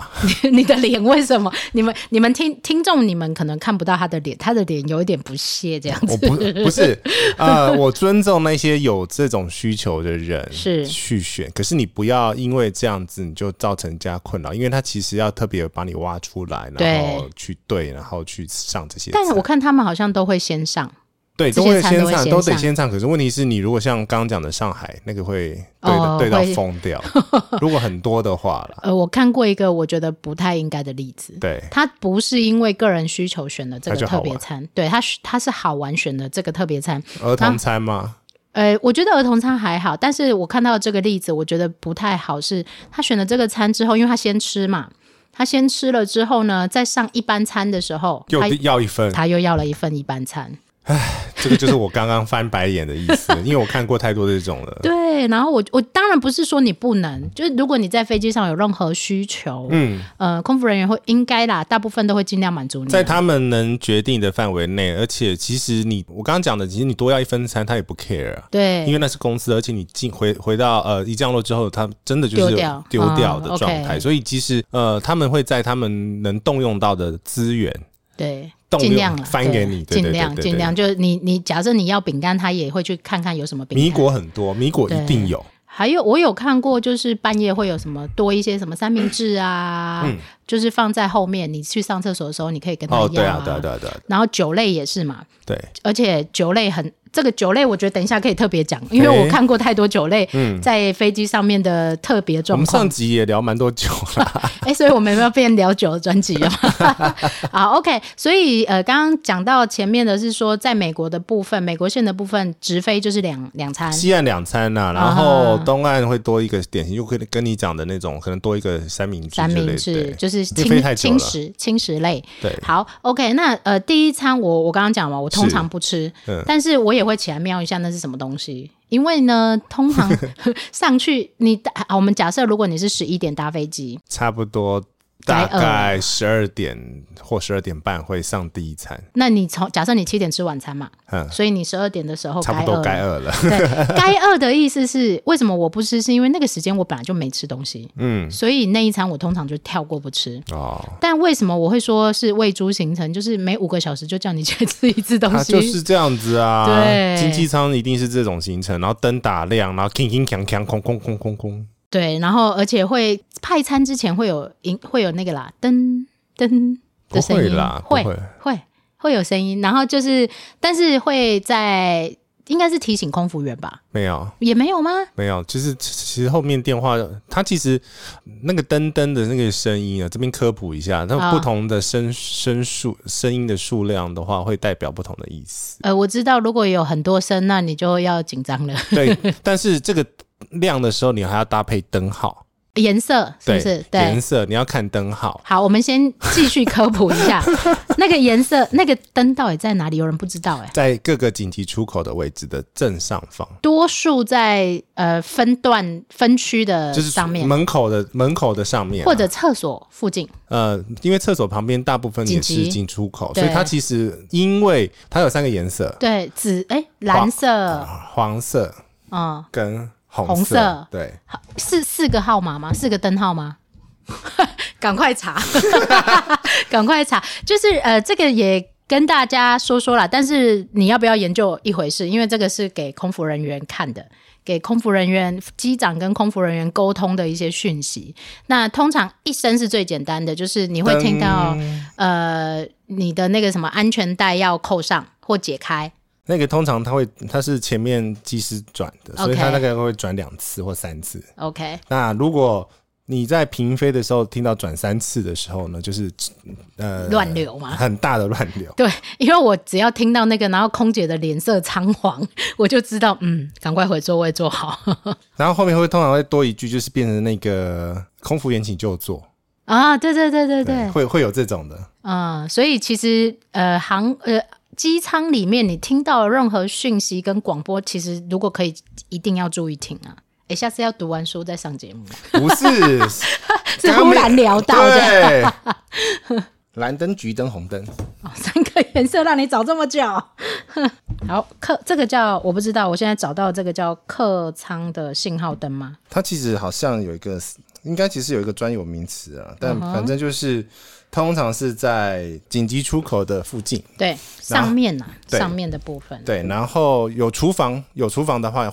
Speaker 1: 你的脸为什么？你们你们听听众，你们可能看不到他的脸，他的脸有一点不屑这样
Speaker 2: 我
Speaker 1: 子。
Speaker 2: 不不是，呃，我尊重那些有这种需求的人
Speaker 1: 是
Speaker 2: 去选，可是你不要因为这样子你就造成人家困扰，因为他其实要特别把你挖出来，然
Speaker 1: 对
Speaker 2: 后去对，然后去上这些菜。
Speaker 1: 但是我看他们好像都会先上，
Speaker 2: 对
Speaker 1: 这
Speaker 2: 都
Speaker 1: 些
Speaker 2: 会
Speaker 1: 餐都
Speaker 2: 先
Speaker 1: 会
Speaker 2: 唱，
Speaker 1: 先
Speaker 2: 都得
Speaker 1: 上
Speaker 2: 先唱。可是问题是你如果像刚刚讲的上海那个会对
Speaker 1: 哦
Speaker 2: 的对到
Speaker 1: 会
Speaker 2: 疯掉，如果很多的话啦，
Speaker 1: 呃，我看过一个我觉得不太应该的例子，
Speaker 2: 对
Speaker 1: 他不是因为个人需求选的这个
Speaker 2: 他就好
Speaker 1: 特
Speaker 2: 玩
Speaker 1: 别餐，对他是他是好玩选的这个特别餐。
Speaker 2: 儿童餐嘛，
Speaker 1: 呃，我觉得儿童餐还好，但是我看到这个例子，我觉得不太好是，他选了这个餐之后，因为他先吃嘛，他先吃了之后呢，在上一般餐的时候，
Speaker 2: 又
Speaker 1: 他
Speaker 2: 要一份，
Speaker 1: 他又要了一份一般餐。
Speaker 2: 这个就是我刚刚翻白眼的意思，因为我看过太多这种了。
Speaker 1: 对，然后我我当然不是说你不能，就是如果你在飞机上有任何需求，嗯，呃，空服人员会应该啦，大部分都会尽量满足你。
Speaker 2: 在他们能决定的范围内，而且其实你我刚刚讲的，其实你多要一分餐，他也不 care 啊。
Speaker 1: 对，
Speaker 2: 因为那是公司，而且你进回回到呃一降落之后，他真的就是
Speaker 1: 丢掉
Speaker 2: 丢掉的
Speaker 1: 嗯
Speaker 2: 状态，
Speaker 1: OK
Speaker 2: 所以其实呃他们会在他们能动用到的资源
Speaker 1: 对，
Speaker 2: 动
Speaker 1: 尽
Speaker 2: 用
Speaker 1: 量啦
Speaker 2: 翻
Speaker 1: 对
Speaker 2: 给你对
Speaker 1: 尽
Speaker 2: 对
Speaker 1: 量
Speaker 2: 对对
Speaker 1: 尽
Speaker 2: 对
Speaker 1: 量，就是你你假设你要饼干，他也会去看看有什么饼干。
Speaker 2: 米果很多，米果一定有，
Speaker 1: 还有我有看过，就是半夜会有什么多一些什么三明治啊，就是放在后面，你去上厕所的时候，你可以跟他要、
Speaker 2: 嗯哦，对啊，对啊，对啊，对啊，
Speaker 1: 然后酒类也是嘛，
Speaker 2: 对，
Speaker 1: 而且酒类很这个酒类，我觉得等一下可以特别讲，因为我看过太多酒类在飞机上面的特别
Speaker 2: 嗯我
Speaker 1: 状
Speaker 2: 们
Speaker 1: 况
Speaker 2: 上。集也聊蛮多酒
Speaker 1: *laughs*
Speaker 2: 啦，
Speaker 1: 哎、所以我们有没有变聊酒的专辑
Speaker 2: *laughs*
Speaker 1: 了？好，OK。所以呃，刚刚讲到前面的是说，在美国的部分，美国线的部分直飞就是两两餐，
Speaker 2: 西岸两餐呐、然后东岸会多一个点心，就跟跟你讲的那种，可能多一个三明治
Speaker 1: 三
Speaker 2: 之类
Speaker 1: 明
Speaker 2: 的
Speaker 1: 治
Speaker 2: 对。
Speaker 1: 就是
Speaker 2: 就飞太
Speaker 1: 轻
Speaker 2: 久
Speaker 1: 轻
Speaker 2: 了
Speaker 1: 食轻食类。
Speaker 2: 对
Speaker 1: 好，OK 那。呃，第一餐我我刚刚讲嘛，我通
Speaker 2: 是
Speaker 1: 常不吃，
Speaker 2: 嗯
Speaker 1: 但是我也会起来瞄一下那是什么东西，因为呢，通
Speaker 2: *laughs*
Speaker 1: 常上去你搭啊，我们假设如果你是十一点搭飞机，
Speaker 2: 差不多
Speaker 1: 该
Speaker 2: 大
Speaker 1: 饿了
Speaker 2: 概十二点或十二点半会上第一餐，
Speaker 1: 那你从假设你七点吃晚餐嘛，
Speaker 2: 嗯，
Speaker 1: 所以你十二点的时候
Speaker 2: 差不
Speaker 1: 哦饿
Speaker 2: 多
Speaker 1: 了
Speaker 2: 该饿了。 *laughs*
Speaker 1: 对，该饿的意思是为什么我不吃？是因为那个时间我本来就没吃东西，
Speaker 2: 嗯，
Speaker 1: 所以那一餐我通常就跳过不吃。
Speaker 2: 哦，
Speaker 1: 但为什么我会说是喂猪行程？就是每五个小时就叫你去吃一次东
Speaker 2: 他
Speaker 1: 西，
Speaker 2: 就是这样子啊。
Speaker 1: 对
Speaker 2: 经济舱一定是这种行程，然后灯打亮，然后铿铿锵锵，空空空空空。
Speaker 1: 对。然后而且会派餐之前会有音，会有那个啦，噔噔的
Speaker 2: 不
Speaker 1: 声
Speaker 2: 会
Speaker 1: 音，
Speaker 2: 啦，不
Speaker 1: 会
Speaker 2: 会。
Speaker 1: 会会有声音。然后就是，但是会在应该是提醒空服员吧？
Speaker 2: 没有，
Speaker 1: 也没有吗？
Speaker 2: 没有，就是其其实后面电话，它其实那个噔噔的那个声音啊，这边科普一下，
Speaker 1: 啊。
Speaker 2: 那不同的声声数声音的数量的话，会代表不同的意思
Speaker 1: 呃，我知道，如果有很多声，那你就要紧张了。 *laughs*
Speaker 2: 对，但是这个亮的时候，你还要搭配灯号，
Speaker 1: 颜色是不
Speaker 2: 对，
Speaker 1: 是？对
Speaker 2: 颜，色你要看灯号。
Speaker 1: 好，我们先继续科普一
Speaker 2: *laughs*
Speaker 1: 下那个颜色，那个灯到底在哪里？有人不知道哎、
Speaker 2: 在各个紧急出口的位置的正上方，
Speaker 1: 多数在呃分段分区的
Speaker 2: 就是
Speaker 1: 呃上面，
Speaker 2: 门口的门口的上面啊、
Speaker 1: 或者厕所附近。
Speaker 2: 呃，因为厕所旁边大部分也
Speaker 1: 紧
Speaker 2: 是
Speaker 1: 急
Speaker 2: 进出口，
Speaker 1: 对
Speaker 2: 所以它其实因为它有三个颜色，
Speaker 1: 对，紫哎、蓝色，
Speaker 2: 黄色
Speaker 1: 嗯，
Speaker 2: 跟红
Speaker 1: 红色
Speaker 2: 对，
Speaker 1: 好是四个号码吗？四个灯号吗？ *laughs* 赶快查， *laughs* 赶快查，就是呃，这个也。跟大家说说啦，但是你要不要研究一回事？因为这个是给空服人员看的，给空服人员、机长跟空服人员沟通的一些讯息。那通常一声是最简单的，就是你会听到呃你的那个什么安全带要扣上或解开，
Speaker 2: 那个通常它会，它是前面技师转的，所以
Speaker 1: OK
Speaker 2: 它大概会转两次或三次。
Speaker 1: OK，
Speaker 2: 那如果你在平飞的时候听到转三次的时候呢，就是呃
Speaker 1: 乱流嘛。
Speaker 2: 很大的乱流。
Speaker 1: 对， *laughs* 因为我只要听到那个，然后空姐的脸色仓皇， *laughs* 我就知道，嗯，赶快回座位坐好 *laughs*
Speaker 2: 然后后面会通常会多一句，就是变成那个空服员请就坐，
Speaker 1: 啊！对对对对对，
Speaker 2: 会会有这种的。
Speaker 1: *laughs* 嗯，所以其实呃，航呃机舱里面你听到的任何讯息跟广播，其实如果可以，一定要注意听啊。哎，下次要读完书再上节目， *laughs*
Speaker 2: 不是，
Speaker 1: 是忽然聊到的、
Speaker 2: 对，
Speaker 1: *laughs*
Speaker 2: 蓝灯、橘灯、红灯，
Speaker 1: 哦，三个颜色让你找这么久。 *laughs* 好，客这个叫我不知道，我现在找到这个叫客舱的信号灯吗？
Speaker 2: 它其实好像有一个，应该其实有一个专有名词啊，但
Speaker 1: 嗯
Speaker 2: 反正就是通常是在紧急出口的附近，
Speaker 1: 对，
Speaker 2: 然后
Speaker 1: 上面呐、啊
Speaker 2: 对
Speaker 1: 上面的部分。啊
Speaker 2: 对，然后有厨房，有厨房的话。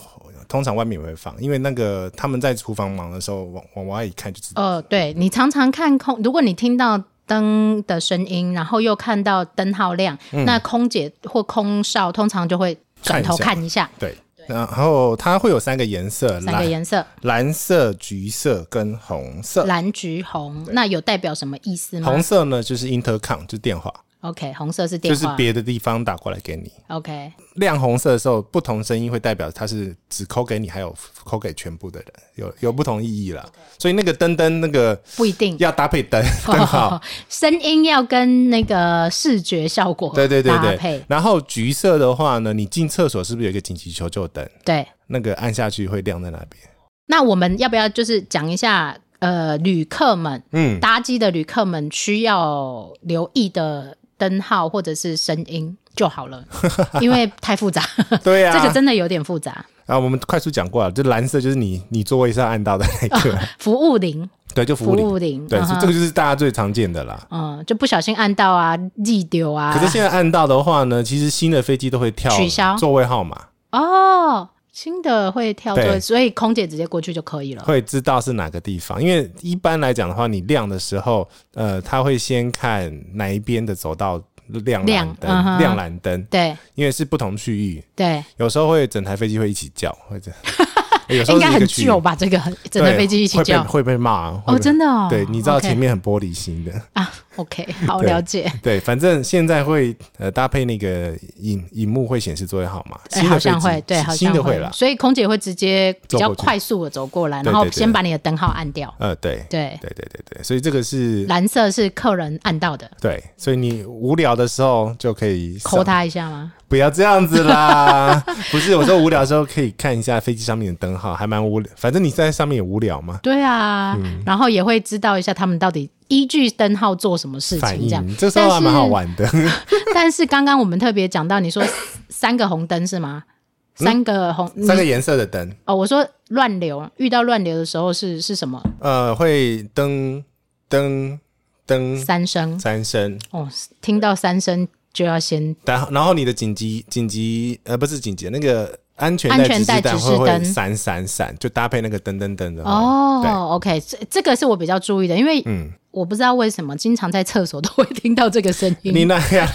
Speaker 2: 通常外面也会放，因为那个他们在厨房忙的时候，往往外一看就知道。
Speaker 1: 哦，对你常常看空，如果你听到灯的声音，然后又看到灯号亮，
Speaker 2: 嗯
Speaker 1: 那空姐或空少通常就会转头看一下
Speaker 2: 对，然后它会有三个颜色，
Speaker 1: 三个
Speaker 2: 蓝、
Speaker 1: 颜色，
Speaker 2: 蓝色、橘色跟红色。
Speaker 1: 蓝、橘、红，那有代表什么意思吗
Speaker 2: 红色呢就是 intercom，就是电话。
Speaker 1: OK，红色是电
Speaker 2: 就
Speaker 1: 话。
Speaker 2: 是别的地方打过来给你。
Speaker 1: OK，
Speaker 2: 亮红色的时候，不同声音会代表它是只扣给你，还有扣给全部的人，有有不同意义啦。所以那个灯灯那个
Speaker 1: 不一定。
Speaker 2: 要搭
Speaker 1: *laughs*
Speaker 2: 配灯灯
Speaker 1: 哦
Speaker 2: 号，
Speaker 1: 声音要跟那个视觉效果
Speaker 2: 对对对
Speaker 1: 搭
Speaker 2: 对
Speaker 1: 配。。
Speaker 2: 然后橘色的话呢，你进厕所是不是有一个紧急求救灯？
Speaker 1: 对，
Speaker 2: 那个按下去会亮在那
Speaker 1: *laughs*
Speaker 2: 边。
Speaker 1: 那我们要不要就是讲一下呃，旅客们
Speaker 2: 嗯，
Speaker 1: 搭机的旅客们需要留意的灯号或者是声音就好
Speaker 2: *laughs*
Speaker 1: 了，因为太复杂，
Speaker 2: 对呀、
Speaker 1: 这个
Speaker 2: 啊。
Speaker 1: 真的有点复杂。
Speaker 2: 啊，我们快速讲过了，这蓝色就是你你座位上按到的那个，
Speaker 1: 服务铃，
Speaker 2: *laughs* 对，就服
Speaker 1: 服
Speaker 2: 务铃。
Speaker 1: 务铃，
Speaker 2: 对，
Speaker 1: 哦嗯
Speaker 2: 这
Speaker 1: 哼
Speaker 2: 这个就是大家最常见的啦。
Speaker 1: 嗯，就不小心按到啊，记丢啊。
Speaker 2: 可是现在按到的话呢，其实新的飞机都会跳
Speaker 1: 取消
Speaker 2: 座位号码，
Speaker 1: 哦，新的会跳
Speaker 2: 对
Speaker 1: 对，所以空姐直接过去就可以了。
Speaker 2: 会知道是哪个地方。因为一般来讲的话，你亮的时候，呃，他会先看哪一边的走道亮
Speaker 1: 亮
Speaker 2: 蓝灯，
Speaker 1: 嗯哼
Speaker 2: 亮蓝灯，
Speaker 1: 对
Speaker 2: 因为是不同区域，
Speaker 1: 对，
Speaker 2: 有时候会整台飞机会一起叫，或
Speaker 1: *laughs*
Speaker 2: 者有时候
Speaker 1: 应该
Speaker 2: 是一
Speaker 1: 很
Speaker 2: 个区域
Speaker 1: 旧吧？这个整台
Speaker 2: 对
Speaker 1: 飞机一起
Speaker 2: 会被
Speaker 1: 叫
Speaker 2: 会被骂会
Speaker 1: 哦，
Speaker 2: 被
Speaker 1: 真的哦。
Speaker 2: 对，你知道
Speaker 1: OK
Speaker 2: 前面很玻璃心的， *laughs*
Speaker 1: 啊？OK，好
Speaker 2: 对
Speaker 1: 了解。
Speaker 2: 对，反正现在会呃搭配那个荧荧幕会显示座位号码，
Speaker 1: 哎，
Speaker 2: 新
Speaker 1: 好
Speaker 2: 的飞
Speaker 1: 像
Speaker 2: 机
Speaker 1: 会，对，好
Speaker 2: 新
Speaker 1: 像
Speaker 2: 的会啦，
Speaker 1: 所以空姐会直接比较
Speaker 2: 走过去
Speaker 1: 快速的走过来，
Speaker 2: 对
Speaker 1: 然后
Speaker 2: 对对
Speaker 1: 先把你的灯号按掉。
Speaker 2: 呃，对，
Speaker 1: 对，
Speaker 2: 对对对对，所以这个是
Speaker 1: 蓝色是客人按到的，
Speaker 2: 对，所以你无聊的时候就可以
Speaker 1: 抠
Speaker 2: 上，
Speaker 1: 他一下吗？
Speaker 2: 不要这样子啦。 *laughs* 不是，有时候无聊的时候可以看一下飞机上面的灯号，还蛮无聊。反正你在上面也无聊嘛，
Speaker 1: 对啊，
Speaker 2: 嗯
Speaker 1: 然后也会知道一下他们到底依据灯号做什么事
Speaker 2: 反
Speaker 1: 情这样。
Speaker 2: 应这时候还蛮好玩的。
Speaker 1: *laughs* 但是刚刚我们特别讲到，你说三个红灯是吗？三个红，你
Speaker 2: 嗯三个颜色的灯，
Speaker 1: 哦，我说乱流，遇到乱流的时候是是什么？
Speaker 2: 呃，会灯灯灯
Speaker 1: 三声
Speaker 2: 三声，
Speaker 1: 哦，听到三声就要先
Speaker 2: 然后然后你的紧急紧急呃不是紧急那个。安全
Speaker 1: 安
Speaker 2: 带
Speaker 1: 全
Speaker 2: 指
Speaker 1: 带
Speaker 2: 示
Speaker 1: 指
Speaker 2: 灯
Speaker 1: 示
Speaker 2: 会会
Speaker 1: 灯
Speaker 2: 闪闪闪，就搭配那个灯灯灯的话对
Speaker 1: 哦，OK，这这个是我比较注意的，因为
Speaker 2: 嗯
Speaker 1: 我不知道为什么经常在厕所都会听到这个声
Speaker 2: 你
Speaker 1: 音，
Speaker 2: 那样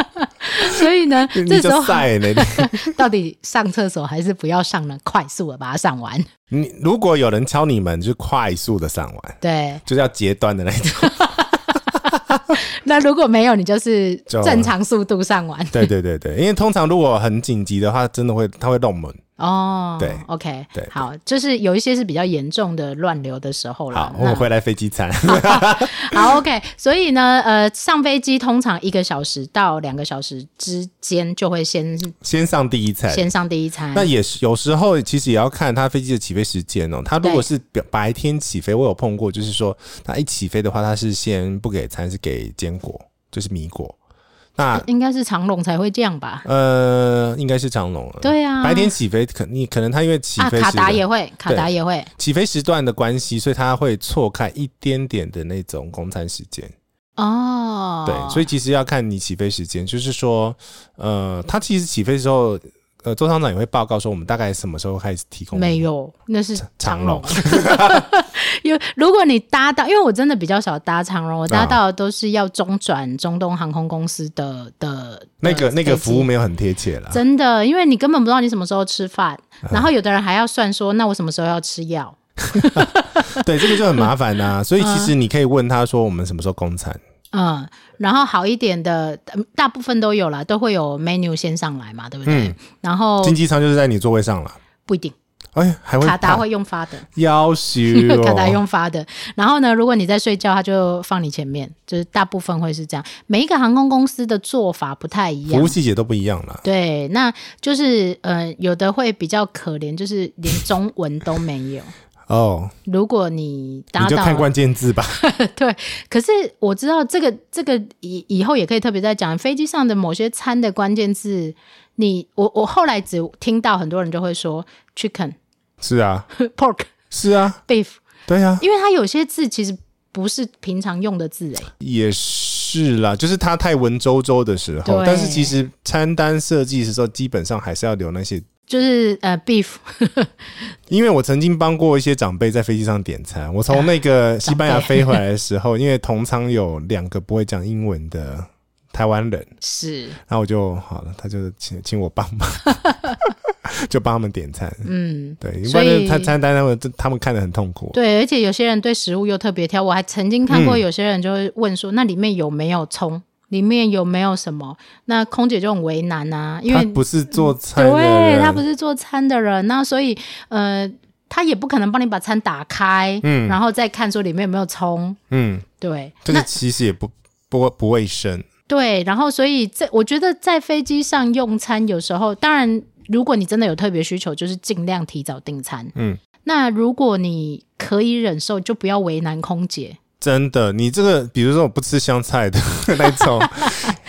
Speaker 1: *laughs* 所以呢，
Speaker 2: 你
Speaker 1: 这时
Speaker 2: 就
Speaker 1: 候
Speaker 2: 晒了，你
Speaker 1: *laughs*
Speaker 2: *laughs*
Speaker 1: 到底上厕所还是不要上呢？快速的把它上完， *laughs*
Speaker 2: 你如果有人敲你门，就快速的上完，
Speaker 1: 对。
Speaker 2: 就是要截断的那一种。
Speaker 1: 那如果没有，你就是
Speaker 2: 就
Speaker 1: 正常速度上完
Speaker 2: 对对对对，因为通常如果很紧急的话，真的会他会弄门。
Speaker 1: 哦。
Speaker 2: 对
Speaker 1: ，OK，
Speaker 2: 对
Speaker 1: 好，就是有一些是比较严重的乱流的时候啦
Speaker 2: 好，。我
Speaker 1: 哦那
Speaker 2: 们回来飞机
Speaker 1: *laughs*
Speaker 2: 餐。
Speaker 1: 好，OK，所以呢，呃，上飞机通常一个小时到两个小时之间就会先
Speaker 2: 先上第一餐。
Speaker 1: 先上第一餐。
Speaker 2: 哎那也是有时候，其实也要看他飞机的起飞时间哦。他如果
Speaker 1: 对
Speaker 2: 是表白天起飞，我有碰过，就是说他一起飞的话，他是先不给餐，是给坚果，就是米果。那
Speaker 1: 应该是长龙才会这样吧？
Speaker 2: 呃，应该是长龙了。、
Speaker 1: 对啊，
Speaker 2: 白天起飞，可你可能他因为起
Speaker 1: 啊，
Speaker 2: 飞
Speaker 1: 卡
Speaker 2: 时
Speaker 1: 达
Speaker 2: 间
Speaker 1: 也会，卡达也会
Speaker 2: 起飞时段的关系，所以它会错开一点点的那种公餐时间。
Speaker 1: 哦。
Speaker 2: 对，所以其实要看你起飞时间，就是说，呃，它其实起飞的时候，呃，周厂长也会报告说，我们大概什么时候开始提供
Speaker 1: 没有，那是
Speaker 2: 长
Speaker 1: 龙
Speaker 2: 龙。
Speaker 1: *laughs* 因为如果你搭到，因为我真的比较少搭长龙，我
Speaker 2: 啊
Speaker 1: 搭到的都是要中转中东航空公司的的
Speaker 2: 那个那个服。
Speaker 1: 的
Speaker 2: 务
Speaker 1: 飞机
Speaker 2: 没有很贴切啦。
Speaker 1: 真的，因为你根本不知道你什么时候吃饭，*laughs*
Speaker 2: 啊
Speaker 1: 然后有的人还要算说，那我什么时候要吃药？
Speaker 2: 对，这个就很麻烦呐、
Speaker 1: *laughs*
Speaker 2: 所以其实你可以问他说，我们什么时候公餐？
Speaker 1: 嗯，然后好一点的，嗯大部分都有啦，都会有 menu 先上来嘛，对不对？
Speaker 2: 嗯
Speaker 1: 然后
Speaker 2: 经济舱就是在你座位上了。
Speaker 1: 不一定，
Speaker 2: 哎，还会
Speaker 1: 卡达
Speaker 2: 怕
Speaker 1: 会用发的，
Speaker 2: 要求
Speaker 1: *laughs* 卡达
Speaker 2: 哦，
Speaker 1: 用发的。然后呢，如果你在睡觉，它就放你前面，就是大部分会是这样。每一个航空公司的做法不太一
Speaker 2: 服
Speaker 1: 样
Speaker 2: 务。细节都不一样啦。
Speaker 1: 对，那就是呃，有的会比较可怜，就是连中文都没
Speaker 2: *laughs*
Speaker 1: 有。
Speaker 2: 哦，
Speaker 1: 如果你
Speaker 2: 你
Speaker 1: 搭
Speaker 2: 就看
Speaker 1: 到，
Speaker 2: 关键字吧。 *laughs*
Speaker 1: 可是我知道这个这个以以后也可以特别再讲，飞机上的某些餐的关键字，你我我后来只听到很多人就会说 chicken、 *laughs*
Speaker 2: 是啊，
Speaker 1: pork、
Speaker 2: 是啊，
Speaker 1: beef，
Speaker 2: 对啊。
Speaker 1: 因为它有些字其实不是平常用的字哎、
Speaker 2: 也是啦，就是它太文绉绉的时候，
Speaker 1: 对
Speaker 2: 但是其实餐单设计的时候，基本上还是要留那些。
Speaker 1: 就是呃
Speaker 2: *laughs*
Speaker 1: beef
Speaker 2: 因为我曾经帮过一些长辈在飞机上点餐，我从那个西班牙
Speaker 1: 啊长辈
Speaker 2: 飞回来的时候，因为同舱有两个不会讲英文的台湾人，
Speaker 1: 是，
Speaker 2: 然后我就好了，他就请请我帮
Speaker 1: *laughs*
Speaker 2: 忙，就帮他们点餐。
Speaker 1: 嗯，
Speaker 2: 对，
Speaker 1: 所
Speaker 2: 不
Speaker 1: 以
Speaker 2: 然他餐单他们他们看得很痛苦。
Speaker 1: 对，而且有些人对食物又特别挑，我还曾经看过
Speaker 2: 嗯
Speaker 1: 有些人就会问说，那里面有没有葱？里面有没有什么？那空姐就很为难啊，因
Speaker 2: 他
Speaker 1: 为
Speaker 2: 不是做餐的
Speaker 1: 对
Speaker 2: 人，
Speaker 1: 他不是做餐的人，那所以呃，他也不可能帮你把餐打开，
Speaker 2: 嗯
Speaker 1: 然后再看说里面有没有葱。
Speaker 2: 嗯，
Speaker 1: 对，
Speaker 2: 这个其实也不不不卫生，
Speaker 1: 对，然后所以在我觉得在飞机上用餐，有时候当然，如果你真的有特别需求，就是尽量提早订餐。
Speaker 2: 嗯，
Speaker 1: 那如果你可以忍受，就不要为难空姐。
Speaker 2: 真的，你这个比如说我不吃香菜的 *laughs* 那种，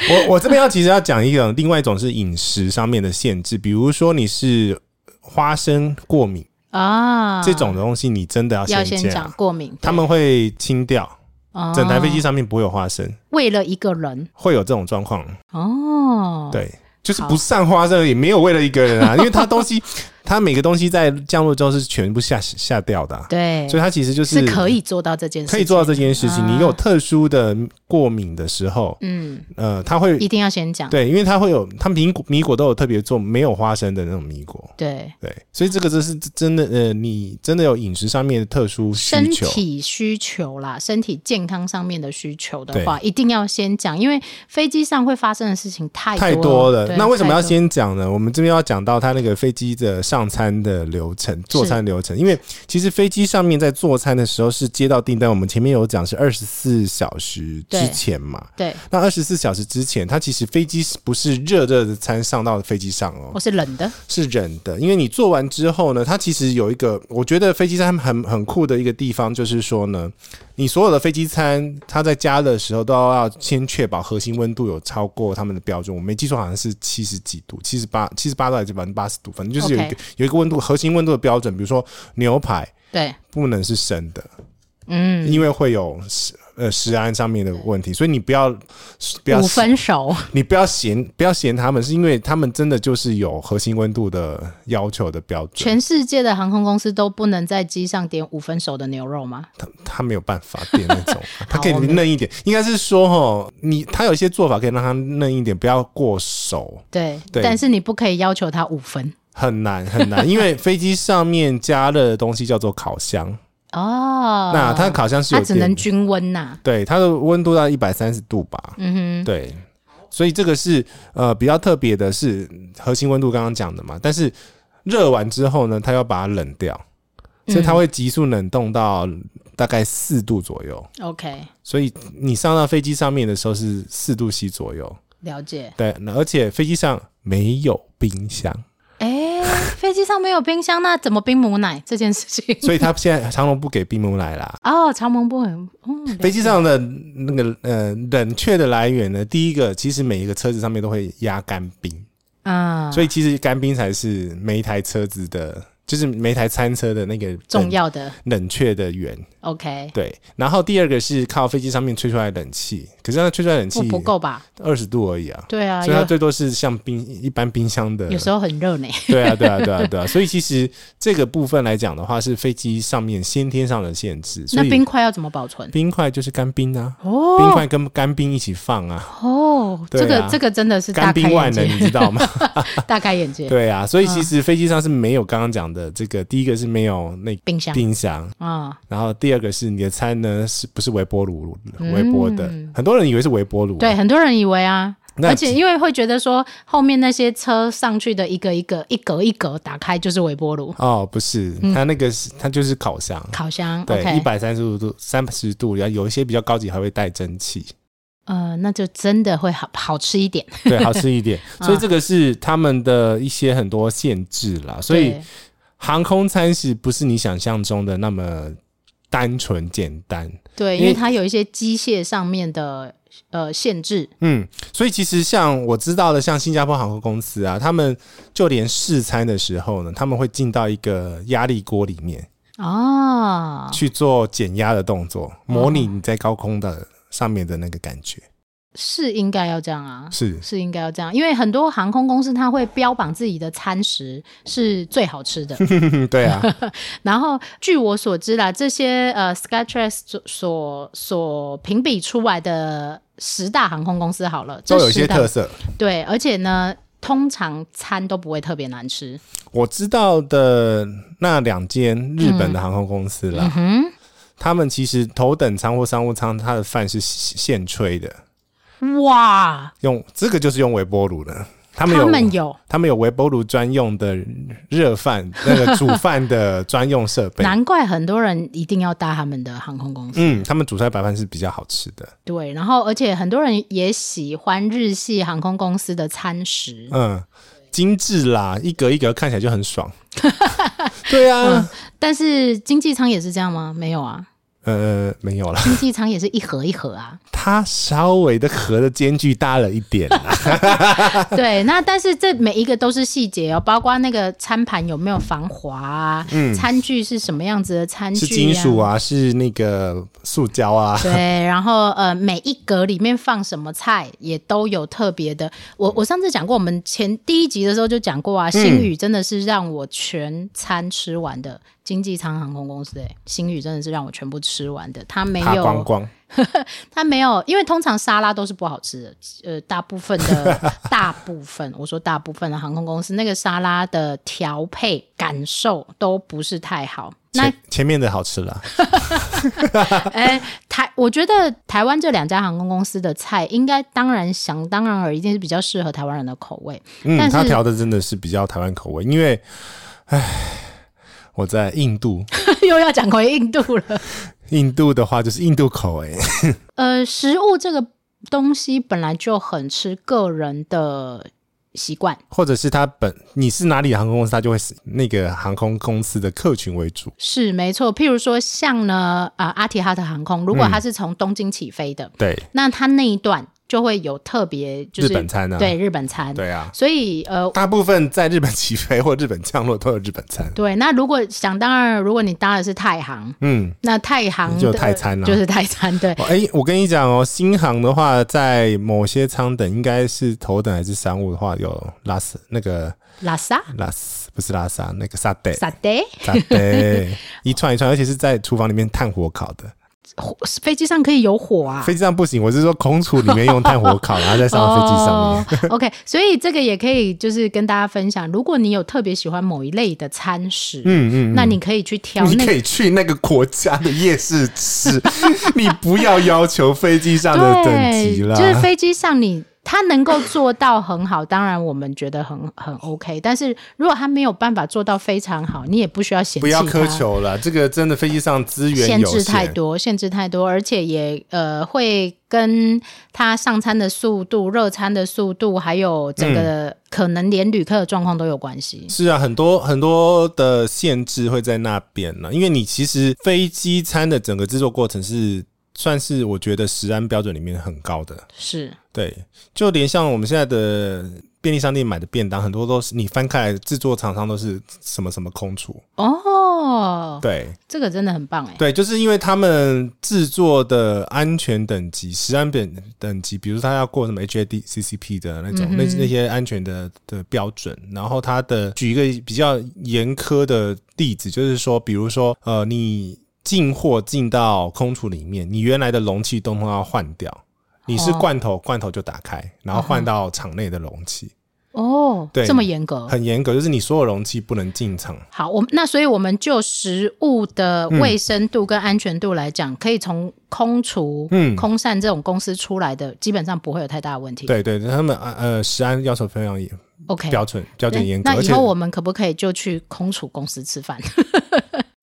Speaker 2: 我我这边要其实要讲一个，另外一种是饮食上面的限制，比如说你是花生过敏、
Speaker 1: 啊，
Speaker 2: 这种的东西，你真的要
Speaker 1: 要
Speaker 2: 先
Speaker 1: 先
Speaker 2: 讲，
Speaker 1: 讲过敏，
Speaker 2: 他们会清掉，
Speaker 1: 哦
Speaker 2: 整台飞机上面不会有花生，
Speaker 1: 为了一个人
Speaker 2: 会有这种状况，
Speaker 1: 哦，，
Speaker 2: 对。就是
Speaker 1: 好
Speaker 2: 不散花生也没有为了一个人
Speaker 1: *laughs*
Speaker 2: 啊，因为它东西，它每个东西在降落之后是全部下下掉的啊、
Speaker 1: 对
Speaker 2: 所以它其实就是
Speaker 1: 是可以做到这件事情，
Speaker 2: 可以做到这件事情。
Speaker 1: 啊
Speaker 2: 你有特殊的过敏的时候，
Speaker 1: 嗯，
Speaker 2: 呃，它会
Speaker 1: 一定要先讲，
Speaker 2: 对，因为它会有，它米果米果都有特别做没有花生的那种米果，
Speaker 1: 对，
Speaker 2: 对，所以这个这是真的，呃，你真的有饮食上面的特殊需
Speaker 1: 身
Speaker 2: 求，
Speaker 1: 体需求啦，身体健康上面的需求的话，一定要先讲，因为飞机上会发生的事情太
Speaker 2: 太
Speaker 1: 多
Speaker 2: 多了
Speaker 1: 对。
Speaker 2: 那为什么要
Speaker 1: 太多
Speaker 2: 先讲呢？我们这边要讲到它那个飞机的上餐的流程、坐餐流程，因为其实飞机上面在坐餐的时候是接到订单，我们前面有讲是二十四小时之
Speaker 1: 对
Speaker 2: 前嘛。
Speaker 1: 对？
Speaker 2: 那二十四小时之前，它其实飞机是不是热热的餐上到飞机上哦，
Speaker 1: 我是冷的，
Speaker 2: 是忍的，因为你做完之后呢，它其实有一个，我觉得飞机餐很很酷的一个地方，就是说呢，你所有的飞机餐，它在加热的时候都要先确保核心温度有超过他们的标准。我没记错，好像是七十几度，七十八、七十八度还是百分之八十度，反正就是有一个
Speaker 1: OK
Speaker 2: 有一个温度核心温度的标准。比如说牛排
Speaker 1: 对，
Speaker 2: 不能是生的，
Speaker 1: 嗯，
Speaker 2: 因为会有食呃食安上面的问题，所以你不要不要
Speaker 1: 五分熟，
Speaker 2: 你不要嫌不要嫌他们，是因为他们真的就是有核心温度的要求的标准，
Speaker 1: 全世界的航空公司都不能在机上点五分熟的牛肉吗？
Speaker 2: 他他没有办法点那
Speaker 1: *laughs*
Speaker 2: 种，他可以
Speaker 1: 我明
Speaker 2: 嫩一点，应该是说哦，你他有一些做法可以让它嫩一点，不要过熟，
Speaker 1: 对，
Speaker 2: 对
Speaker 1: 但是你不可以要求它五分
Speaker 2: 很难
Speaker 1: *laughs*
Speaker 2: 很难，因为飞机上面加热的东西叫做烤箱，
Speaker 1: 哦。
Speaker 2: 那它的烤箱是
Speaker 1: 它
Speaker 2: 有
Speaker 1: 只能
Speaker 2: 电，
Speaker 1: 均温呐、
Speaker 2: 对，它的温度到一百三十度吧，
Speaker 1: 嗯哼，
Speaker 2: 对，所以这个是呃比较特别的是核心温度刚刚讲的嘛，但是热完之后呢，它要把它冷掉，
Speaker 1: 嗯
Speaker 2: 所以它会急速冷冻到大概四度左右。
Speaker 1: ，OK，
Speaker 2: 所以你上到飞机上面的时候是四度 C 左右，
Speaker 1: 了解。
Speaker 2: 对，那而且飞机上没有冰
Speaker 1: *laughs*
Speaker 2: 箱，
Speaker 1: 哎，飞机上没有冰箱，那怎么冰母奶这件事情？
Speaker 2: 所以他现在长龙不给冰牛奶啦。
Speaker 1: *laughs* 哦，长蒙不很，嗯，
Speaker 2: 飞机上的那个呃冷却的来源呢，第一个其实每一个车子上面都会压干冰，
Speaker 1: 啊，
Speaker 2: 所以其实干冰才是每一台车子的，就是每一台餐车的那个
Speaker 1: 重
Speaker 2: 冷
Speaker 1: 要的
Speaker 2: 冷却的源。
Speaker 1: ，OK，
Speaker 2: 对，然后第二个是靠飞机上面吹出来的冷气，可是它吹出来的冷
Speaker 1: 哦不
Speaker 2: 气
Speaker 1: 不够吧？
Speaker 2: 二十度而已啊，
Speaker 1: 对啊，
Speaker 2: 所以它
Speaker 1: 有
Speaker 2: 最多是像冰一般冰箱的。
Speaker 1: 有时候很热呢。
Speaker 2: *laughs* 对啊，对啊，对啊，对啊，所以其实这个部分来讲的话，是飞机上面先天上的限制。所
Speaker 1: 那
Speaker 2: 以
Speaker 1: 冰块要怎么保存？
Speaker 2: 冰块就是干冰啊，
Speaker 1: 哦
Speaker 2: 冰块跟干冰一起放啊，
Speaker 1: 哦，
Speaker 2: 对啊
Speaker 1: 这个这个真的是嗯大开
Speaker 2: 干冰万
Speaker 1: 眼
Speaker 2: 能，你
Speaker 1: 界，
Speaker 2: 知
Speaker 1: *laughs*
Speaker 2: 道吗？
Speaker 1: 大开眼界。
Speaker 2: 对啊，所以其实飞机上是没有刚刚讲的这个，第一个是没有那
Speaker 1: 冰箱
Speaker 2: 冰箱，
Speaker 1: 啊，
Speaker 2: 然后第二个是你的餐呢是不是微波炉微波的？很多人以为是微波炉，
Speaker 1: 嗯对，，很多人以为啊。
Speaker 2: 那
Speaker 1: 而且因为会觉得说后面那些车上去的一个一个一格一格打开就是微波炉、
Speaker 2: 哦不是，它那个是它就是烤箱。
Speaker 1: 烤箱
Speaker 2: 对，
Speaker 1: 嗯
Speaker 2: 一
Speaker 1: ，OK，
Speaker 2: 百三十五度、三十度，然后有一些比较高级还会带
Speaker 1: *laughs*
Speaker 2: 蒸汽，
Speaker 1: 呃，那就真的会好好吃一点。
Speaker 2: 对，好吃一点。
Speaker 1: 嗯
Speaker 2: 所以这个是他们的一些很多限制啦。所以
Speaker 1: 对
Speaker 2: 航空餐食不是你想象中的那么单纯简单。
Speaker 1: 对，
Speaker 2: 因
Speaker 1: 因为
Speaker 2: 为
Speaker 1: 它有一些机械上面的呃限制，
Speaker 2: 嗯，所以其实像我知道的，像新加坡航空公司啊，他们就连试餐的时候呢，他们会进到一个压力锅里面
Speaker 1: 哦，
Speaker 2: 去做减压的动作，模拟你在高空的上面的那个感觉。
Speaker 1: 是应该要这样啊，
Speaker 2: 是， *laughs*
Speaker 1: 是应该要这样，因为很多航空公司它会标榜自己的餐食是最好吃的。
Speaker 2: 嗯，对
Speaker 1: *laughs*
Speaker 2: 啊，
Speaker 1: 然后据我所知啦，这些呃 Skytrax 所所所评比出来的十大航空公司好了，这
Speaker 2: 都有一些
Speaker 1: 十大
Speaker 2: 特色。
Speaker 1: 对，而且呢，通常餐都不会特别难吃。
Speaker 2: 我知道的那两间日
Speaker 1: 嗯
Speaker 2: 本的航空公司啦，他们其实头等舱或商务舱，它的饭是现现吹的，
Speaker 1: 哇，
Speaker 2: 用这个就是用微波炉的，他们有
Speaker 1: 他们有，
Speaker 2: 他们有微波炉专用的热饭那个煮饭的专用设备。
Speaker 1: *laughs* 难怪很多人一定要搭他们的航空公司。
Speaker 2: 嗯，他们煮出来白饭是比较好吃的。
Speaker 1: 对，然后而且很多人也喜欢日系航空公司的餐食。
Speaker 2: 嗯，精致啦，一格一格看起来就
Speaker 1: *laughs*
Speaker 2: 很爽。对啊，
Speaker 1: 但是经济舱也是这样吗？没有啊，
Speaker 2: 呃，没有啦，
Speaker 1: 经济舱也是一盒一盒啊。
Speaker 2: 它稍微的和的间距大了一
Speaker 1: *laughs*
Speaker 2: 点啦。 *laughs*
Speaker 1: 对，那但是这每一个都是细节哦，包括那个餐盘有没有防滑啊，餐具是什么样子的餐具、
Speaker 2: 是
Speaker 1: 啊，
Speaker 2: 金属啊，是那个塑胶啊。
Speaker 1: 对，然后呃，每一格里面放什么菜也都有特别的。我我上次讲过，我们前第一集的时候就讲过
Speaker 2: 嗯
Speaker 1: 啊，星宇真的是让我全餐吃完的经济舱航空公司、欸，星宇真的是让我全部吃完的，它没
Speaker 2: 它
Speaker 1: 有
Speaker 2: 光光，
Speaker 1: 它没有，因为通常沙拉都是不好吃的，呃，大部分的大部分，我说大部分的航空公司那个沙拉的调配感受都不是太好。那
Speaker 2: 前前面的好吃啦。
Speaker 1: 哎，台我觉得台湾这两家航空公司的菜，应该当然想当然而一定是比较适合台湾人的口味。 *laughs* 但
Speaker 2: 嗯，
Speaker 1: 是
Speaker 2: 它调的真的是比较台湾口味，因为，唉，我在印度，
Speaker 1: 又要讲回印度了，
Speaker 2: 印度的话就是印度口味。
Speaker 1: 呃，食物这个东西本来就很吃个人的习惯，
Speaker 2: 或者是他本你是哪里的航空公司，他就会是那个航空公司的客群为主。
Speaker 1: 是没错。譬如说像呢，啊、阿提哈特航空，如果它是从东京起飞的，
Speaker 2: 对，
Speaker 1: 那它那一段就会有特别就是
Speaker 2: 日本餐啊，
Speaker 1: 对日本餐，
Speaker 2: 对啊，
Speaker 1: 所以呃，
Speaker 2: 大部分在日本起飞或日本降落都有日本餐。
Speaker 1: 对，那如果想当然，如果你搭的是太行。
Speaker 2: 嗯，
Speaker 1: 那太行
Speaker 2: 就
Speaker 1: 的
Speaker 2: 泰餐啊
Speaker 1: 就是泰餐，对，
Speaker 2: 哦哎、我跟你讲哦，新航的话，在某些舱等，应该是头等还是商务的话，有拉斯那个
Speaker 1: 拉萨
Speaker 2: 拉斯不是拉萨那个萨德
Speaker 1: 萨德，
Speaker 2: 萨德一串一串，而且是在厨房里面炭火烤的。
Speaker 1: 火飞机上可以有火啊。
Speaker 2: 飞机上不行，我是说空厨里面用炭火烤，然后再上到飞机上面。
Speaker 1: 哦、OK，所 *laughs* 以这个也可以就是跟大家分享，如果你有特别喜欢某一类的餐食，嗯嗯那你可以去挑
Speaker 2: 你
Speaker 1: 那
Speaker 2: 可
Speaker 1: 个。
Speaker 2: 以去那个国家的夜市吃， *laughs* 你不要要求飞机上的等级
Speaker 1: 对，
Speaker 2: 啦。
Speaker 1: 就是飞机上你它能够做到很好，当然我们觉得很很 OK。但是如果它没有办法做到非常好，你也不需要嫌弃
Speaker 2: 不要苛
Speaker 1: 它
Speaker 2: 求了，这个真的飞机上资源
Speaker 1: 限
Speaker 2: 有
Speaker 1: 制太
Speaker 2: 限。
Speaker 1: 多，限制太多，而且也呃会跟他上餐的速度、热餐的速度，还有整个、
Speaker 2: 嗯
Speaker 1: 可能连旅客的状况都有关系。
Speaker 2: 是啊，很多很多的限制会在那边呢，因为你其实飞机餐的整个制作过程是算是我觉得食安标准里面很高的。
Speaker 1: 是
Speaker 2: 对，就连像我们现在的便利商店买的便当，很多都是你翻开来，制作厂商都是什么什么空厨。
Speaker 1: 哦，
Speaker 2: 对，
Speaker 1: 这个真的很棒哎。
Speaker 2: 对，就是因为他们制作的安全等级、食安等等级，比如说他要过什么 HAD、CCP 的那
Speaker 1: 嗯
Speaker 2: 种、那那些安全的的标准，然后他的举一个比较严苛的例子，就是说，比如说呃，你进货进到空储里面，你原来的容器通通要换掉。你是
Speaker 1: 哦
Speaker 2: 罐头，罐头就打开，然后换到场内的容器，
Speaker 1: 哦，
Speaker 2: 对
Speaker 1: 这么严格。
Speaker 2: 很严格，就是你所有容器不能进场。
Speaker 1: 好，我们那所以我们就食物的
Speaker 2: 嗯
Speaker 1: 卫生度跟安全度来讲，可以从空厨、
Speaker 2: 嗯
Speaker 1: 空膳这种公司出来的，基本上不会有太大的问题。
Speaker 2: 对对，他们呃呃食安要求非常严，
Speaker 1: ，OK。
Speaker 2: 标准标准严格，
Speaker 1: 哎那
Speaker 2: 而
Speaker 1: 以
Speaker 2: 且
Speaker 1: 后我们可不可以就去空厨公司吃饭？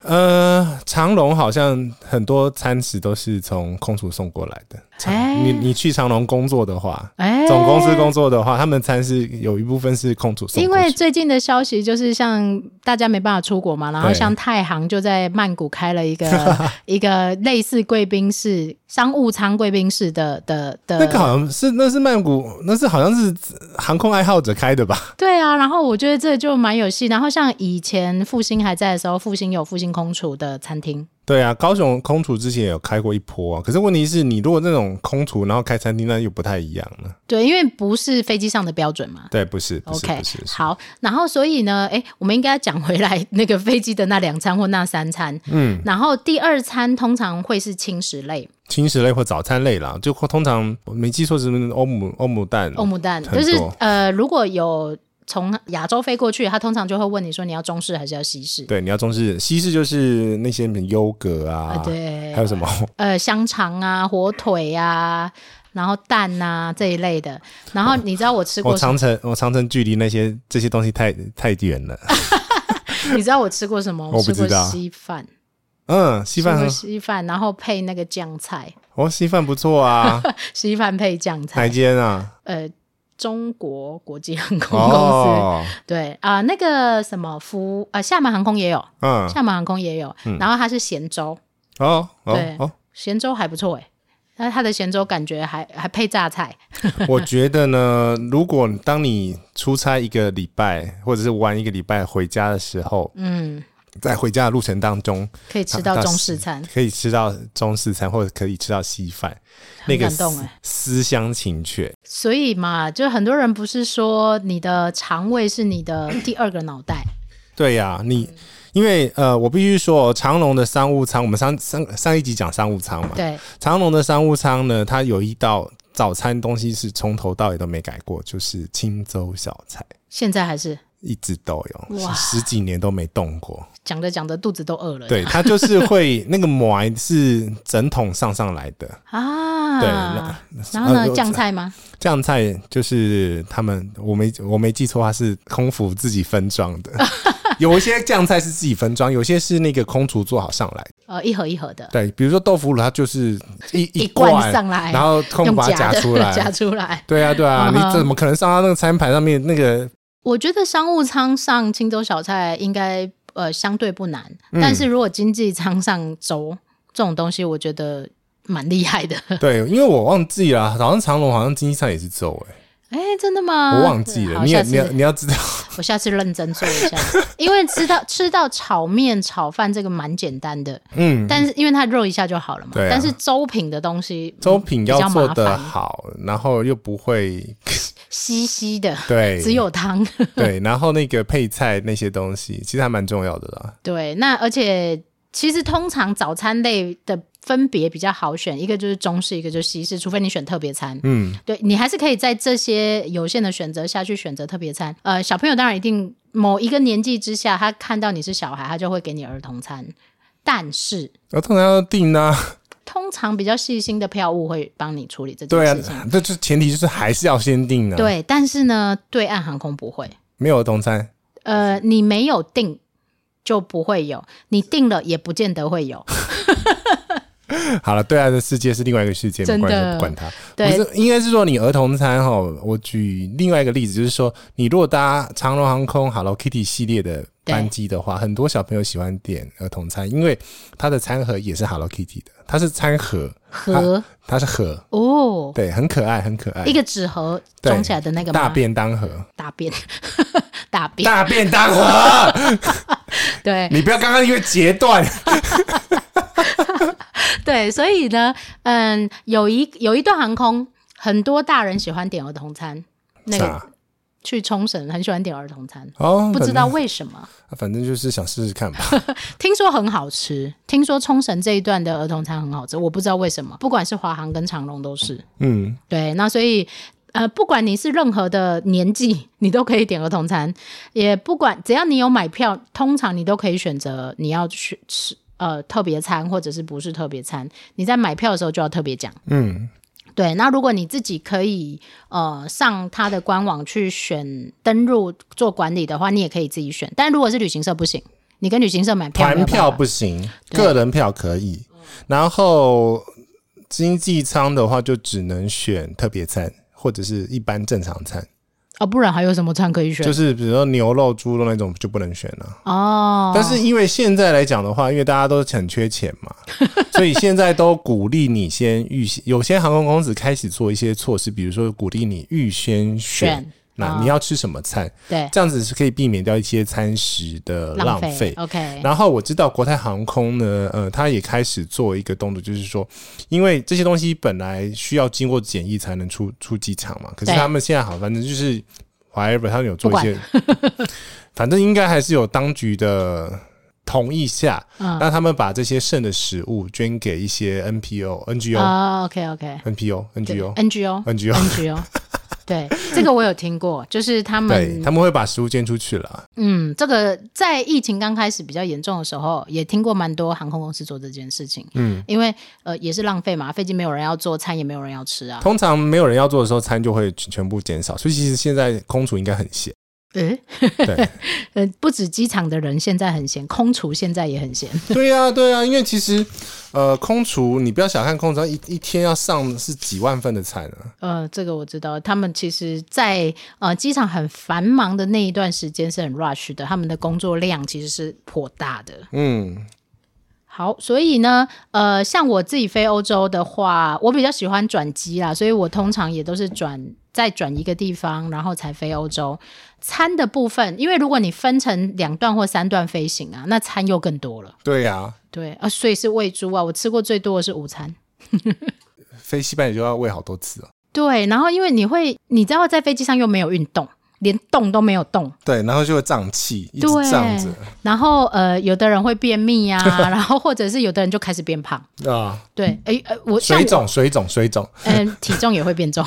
Speaker 2: 呃，长隆好像很多餐食都是从空厨送过来的。长
Speaker 1: 哎
Speaker 2: 你你去长隆工作的话，
Speaker 1: 哎，
Speaker 2: 总公司工作的话，他们餐是有一部分是空厨送
Speaker 1: 因
Speaker 2: 过
Speaker 1: 为
Speaker 2: 去。
Speaker 1: 最近的消息就是，像大家没办法出国嘛，然后
Speaker 2: 对
Speaker 1: 像太行就在曼谷开了一
Speaker 2: *laughs*
Speaker 1: 个一个类似贵宾室、商务舱贵宾室的的的，
Speaker 2: 那个好像是那是曼谷，那是好像是航空爱好者开的吧？ *laughs*
Speaker 1: 对啊。然后我觉得这就蛮有戏。然后像以前复兴还在的时候，复兴有复兴空厨的餐厅，
Speaker 2: 对啊，高雄空厨之前也有开过一波啊。可是问题是你如果那种空厨，然后开餐厅，那又不太一样了。
Speaker 1: 对，因为不是飞机上的标准嘛。
Speaker 2: 对，不是，不是
Speaker 1: OK，
Speaker 2: 不是。是
Speaker 1: 好，然后所以呢，哎，我们应该讲回来那个飞机的那两餐或那三餐，嗯，然后第二餐通常会是轻食类，
Speaker 2: 轻食类或早餐类啦，就通常我没记错是不是欧姆欧姆蛋？
Speaker 1: 欧姆哦蛋，
Speaker 2: 哦很
Speaker 1: 就是
Speaker 2: 多
Speaker 1: 呃，如果有从亚洲飞过去，他通常就会问你说你要中式还是要西式？
Speaker 2: 对，你要中式，西式就是那些什么优格
Speaker 1: 啊，
Speaker 2: 啊，
Speaker 1: 对
Speaker 2: 还，有什么？
Speaker 1: 呃，香肠啊，火腿啊，然后蛋呐、这一类的。然后你知道我吃
Speaker 2: 我
Speaker 1: 过什么？
Speaker 2: 长城，我长城距离那些这些东西太太远了。
Speaker 1: 你知道我吃过什么？
Speaker 2: 我
Speaker 1: 吃
Speaker 2: 不
Speaker 1: 过
Speaker 2: 知道
Speaker 1: 稀饭， *laughs*
Speaker 2: 嗯，
Speaker 1: 吃
Speaker 2: 稀饭
Speaker 1: 过
Speaker 2: 很，
Speaker 1: 稀饭，然后配那个酱菜，
Speaker 2: 哦，稀饭不错
Speaker 1: *laughs*
Speaker 2: 啊，
Speaker 1: 稀饭配酱
Speaker 2: 哪
Speaker 1: 菜。
Speaker 2: 间啊？
Speaker 1: 呃，中国国际航空公司、 *laughs*
Speaker 2: 哦，
Speaker 1: 对啊、那个什么福啊、厦门航空也有，
Speaker 2: 嗯，
Speaker 1: 厦门航空也有。然后它是咸粥，
Speaker 2: 哦哦
Speaker 1: 对
Speaker 2: 哦，
Speaker 1: 咸粥还不错哎，但是它的咸粥感觉还还配榨菜。
Speaker 2: 我觉得呢，如果当你出差一个礼拜，或者是玩一个礼拜回家的时候，
Speaker 1: 嗯，
Speaker 2: 在回家的路程当中，
Speaker 1: 可以吃到中式餐，
Speaker 2: 可以吃到中式餐，或者可以吃到西饭，那
Speaker 1: 很
Speaker 2: 个
Speaker 1: 感动
Speaker 2: 思
Speaker 1: 哎。
Speaker 2: 思乡情切。
Speaker 1: 所以嘛，就很多人不是说你的肠胃是你
Speaker 2: *clears throat*
Speaker 1: 的第二个脑袋，
Speaker 2: 对呀、
Speaker 1: 嗯
Speaker 2: 你。因为呃，我必须说哦，长隆的商务舱，我们上上上一集讲商务舱嘛，
Speaker 1: 对，
Speaker 2: 长隆的商务舱呢，它有一道早餐东西是从头到尾都没改过，就是青州小菜，
Speaker 1: 现在还是
Speaker 2: 一直都有，
Speaker 1: 哇
Speaker 2: 十几年都没
Speaker 1: *laughs*
Speaker 2: 动过。
Speaker 1: 讲着讲着肚子都饿了。
Speaker 2: 对，它就是会 *laughs* 那个馍是整桶上上来的，
Speaker 1: 啊，
Speaker 2: 对那
Speaker 1: 然后
Speaker 2: 呃
Speaker 1: 呢，
Speaker 2: 我
Speaker 1: 酱菜吗？
Speaker 2: 酱菜就是他们，我没我没记错，它是空服自己分装
Speaker 1: *laughs*
Speaker 2: 的。有一些酱菜是自己分装，有些是那个空厨做好上来的。
Speaker 1: 呃，一盒一盒的，
Speaker 2: 对，比如说豆腐乳，它就是一
Speaker 1: 一
Speaker 2: 罐
Speaker 1: 罐上来
Speaker 2: 然后空
Speaker 1: 用
Speaker 2: 腹把它
Speaker 1: 夹
Speaker 2: 夹
Speaker 1: 的
Speaker 2: 出
Speaker 1: *laughs*
Speaker 2: 来。
Speaker 1: 夹出来。
Speaker 2: 对啊，对啊，
Speaker 1: 嗯哼
Speaker 2: 你怎么可能上到那个餐盘上面那个
Speaker 1: 我觉得商务舱上青州小菜应该呃相对不难，
Speaker 2: 嗯
Speaker 1: 但是如果经济舱上粥这种东西，我觉得蛮厉害的。 *laughs*
Speaker 2: 对，因为我忘记了，啊好像长隆好像经济舱也是走哎、
Speaker 1: 哎，真的吗？
Speaker 2: 我忘记了。
Speaker 1: 啊好嗯
Speaker 2: 你也
Speaker 1: 下
Speaker 2: 你要
Speaker 1: 次
Speaker 2: 你要知道，
Speaker 1: 我下次认真做一下，因为吃到吃到炒面、炒饭这个蛮简单的，
Speaker 2: 嗯，
Speaker 1: 但是因为它热一下就好了嘛。
Speaker 2: 对啊
Speaker 1: 但是粥品的东西，
Speaker 2: 粥品
Speaker 1: 比
Speaker 2: 要
Speaker 1: 较麻
Speaker 2: 做的
Speaker 1: 烦
Speaker 2: 好，然后又不会
Speaker 1: 稀稀的，*laughs*
Speaker 2: 对，
Speaker 1: 只有汤。
Speaker 2: 对，然后那个配菜那些东西其实还蛮重要的啦。
Speaker 1: 对，那而且其实通常早餐类的分别比较好选，一个就是中式，一个就是西式，除非你选特别餐。
Speaker 2: 嗯，
Speaker 1: 对你还是可以在这些有限的选择下去选择特别餐。呃，小朋友当然一定某一个年纪之下，他看到你是小孩，他就会给你儿童餐，但是。
Speaker 2: 我通常要订啊，
Speaker 1: 通常比较细心的票务会帮你处理这
Speaker 2: 对
Speaker 1: 件
Speaker 2: 啊
Speaker 1: 事情。，
Speaker 2: 这就前提就是还是要先订啊。，
Speaker 1: 对但是呢，对岸航空不会。
Speaker 2: 没有儿童餐，
Speaker 1: 呃，你没有订就不会有，你订了也不见得会
Speaker 2: *laughs*
Speaker 1: 有。
Speaker 2: 好了，对岸的世界是另外一个世界，没
Speaker 1: 真的
Speaker 2: 关系，不管它。不
Speaker 1: 对
Speaker 2: 是，应该是说你儿童餐哈。我举另外一个例子，就是说你如果搭长荣航空 Hello Kitty 系列的班机的话，很多小朋友喜欢点儿童餐，因为它的餐盒也是 Hello Kitty 的，它是餐盒，
Speaker 1: 盒
Speaker 2: 它是盒，
Speaker 1: 哦，
Speaker 2: 对，很可爱，很可爱
Speaker 1: 一。个纸盒装起来的那个吗
Speaker 2: 大便当盒，
Speaker 1: 大便 *laughs* 大便
Speaker 2: 大便当盒，
Speaker 1: 对
Speaker 2: 你不要刚刚因为截断，
Speaker 1: 对，所以呢，嗯，有一有一段航空，很多大人喜欢点儿童餐， *laughs* 那
Speaker 2: 啥
Speaker 1: 个去冲绳很喜欢点儿童餐，
Speaker 2: 哦，
Speaker 1: 不知道为什么。
Speaker 2: 反，反正就是想试试看吧。
Speaker 1: 听说很好吃，听说冲绳这一段的儿童餐很好吃，我不知道为什么，不管是华航跟长龙都是。
Speaker 2: 嗯，
Speaker 1: 对，那所以呃，不管你是任何的年纪，你都可以点儿童餐，也不管只要你有买票，通常你都可以选择你要去吃呃特别餐或者是不是特别餐。你在买票的时候就要特别讲。
Speaker 2: 嗯，
Speaker 1: 对，那如果你自己可以呃上它的官网去选登录做管理的话，你也可以自己选。但如果是旅行社不行，你跟旅行社买票没
Speaker 2: 团
Speaker 1: 有办
Speaker 2: 票
Speaker 1: 法
Speaker 2: 不行，个人票可以。然后经济舱的话，就只能选特别餐或者是一般正常餐，
Speaker 1: 哦，不然还有什么餐可以选？
Speaker 2: 就是比如说牛肉、猪肉那种就不能选了、
Speaker 1: 哦，
Speaker 2: 但是因为现在来讲的话，因为大家都很缺钱
Speaker 1: *laughs*
Speaker 2: 嘛，所以现在都鼓励你先预先，有些航空公司开始做一些措施，比如说鼓励你预先选
Speaker 1: 选。哦
Speaker 2: 那你要吃什么餐？
Speaker 1: 对
Speaker 2: 这样子是可以避免掉一些餐食的浪费。
Speaker 1: OK，
Speaker 2: 然后我知道国泰航空呢，呃，它也开始做一个动作，就是说，因为这些东西本来需要经过检疫才能出出机场嘛，可是
Speaker 1: 对
Speaker 2: 他们现在好，反正就是 whatever，他们有做一些，反正应该还是有当局的。同意下，
Speaker 1: 嗯
Speaker 2: 那他们把这些剩的食物捐给一些 NPO、NGO、
Speaker 1: 啊，OK 哎 OK，
Speaker 2: NPO、NGO、
Speaker 1: NGO
Speaker 2: *laughs* NGO，
Speaker 1: NGO 对，这个我有听过，就是他
Speaker 2: 对，
Speaker 1: 们
Speaker 2: 他们会把食物捐出去了。
Speaker 1: 嗯，这个在疫情刚开始比较严重的时候，也听过蛮多航空公司做这件事情。嗯，因为呃也是浪费嘛，飞机没有人要做，餐也没有人要吃 *laughs* 啊。
Speaker 2: 通常没有人要做的时候，餐就会全全部减少，所以其实现在空厨应该很闲。
Speaker 1: 嗯，
Speaker 2: 对，
Speaker 1: 呃，不止机场的人现在很闲，空厨现在也很闲。
Speaker 2: *laughs* 对呀、对啊呀、因为其实呃，空厨你不要小看空厨，它一一天要上是几万份的餐啊。
Speaker 1: 呃，这个我知道，他们其实在，呃机场很繁忙的那一段时间是很 rush 的，他们的工作量其实是颇大的。
Speaker 2: 嗯，
Speaker 1: 好，所以呢，呃，像我自己飞欧洲的话，我比较喜欢转机啦，所以我通常也都是转再转一个地方，然后才飞欧洲。餐的部分，因为如果你分成两段或三段飞行啊，那餐又更多了。
Speaker 2: 对呀、
Speaker 1: 对啊，所以是喂猪啊，我吃过最多的是午餐。
Speaker 2: 飞西班牙就要喂好多次了。
Speaker 1: 对，然后因为你会，你知道在飞机上又没有运动，连动都没有动，
Speaker 2: 对，然后就会胀气，一直
Speaker 1: 对
Speaker 2: 胀着
Speaker 1: 然后呃，有的人会便秘啊， *laughs* 然后或者是有的人就开始变胖。
Speaker 2: 啊，
Speaker 1: 对，哎呃，我像
Speaker 2: 水
Speaker 1: 我
Speaker 2: 肿，水肿，水肿。
Speaker 1: 嗯、体重也会变
Speaker 2: *laughs*
Speaker 1: 重，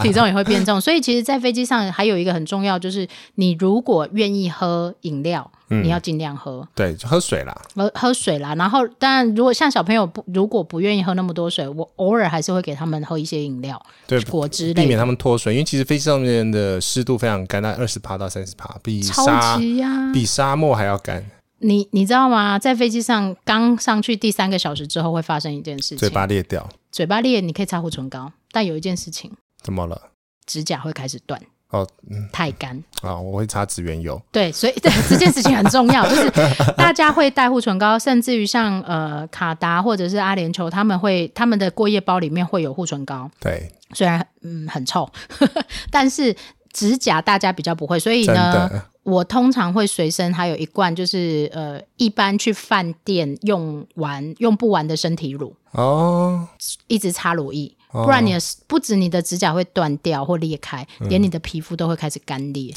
Speaker 1: 体重也会变重。所以其实，在飞机上还有一个很重要，就是你如果愿意喝饮料，
Speaker 2: 嗯
Speaker 1: 你要尽量喝，
Speaker 2: 对，就喝水啦。
Speaker 1: 喝喝水啦。然后，当然，如果像小朋友不如果不愿意喝那么多水，我偶尔还是会给他们喝一些饮料，
Speaker 2: 对，
Speaker 1: 果汁
Speaker 2: 避
Speaker 1: 类
Speaker 2: 免
Speaker 1: 的。
Speaker 2: 他们脱水，因为其实飞机上面的湿度非常干，大概二十帕到三十帕，比
Speaker 1: 超
Speaker 2: 沙
Speaker 1: 级呀、
Speaker 2: 比沙漠还要干，
Speaker 1: 你你知道吗？在飞机上刚上去第三个小时之后，会发生一件事情：
Speaker 2: 嘴巴裂掉，
Speaker 1: 嘴巴裂，你可以擦护唇膏，但有一件事情，
Speaker 2: 怎么了？
Speaker 1: 指甲会开始断，
Speaker 2: 哦，嗯，
Speaker 1: 太干。
Speaker 2: 啊、我会擦植原油，
Speaker 1: 对，所以 *laughs* 对这件事情很重要，就是大家会带护唇膏，甚至于像呃卡达或者是阿联酋，他们会他们的过夜包里面会有护唇膏，
Speaker 2: 对，
Speaker 1: 虽然嗯很臭， *laughs* 但是指甲大家比较不会，所以
Speaker 2: 真
Speaker 1: 呢，
Speaker 2: 的，
Speaker 1: 我通常会随身还有一罐，就是呃一般去饭店用完用不完的身体乳，
Speaker 2: 哦，
Speaker 1: 一直擦乳液。不然你的不止你的指甲会断掉或裂开，
Speaker 2: 嗯
Speaker 1: 连你的皮肤都会开始干裂。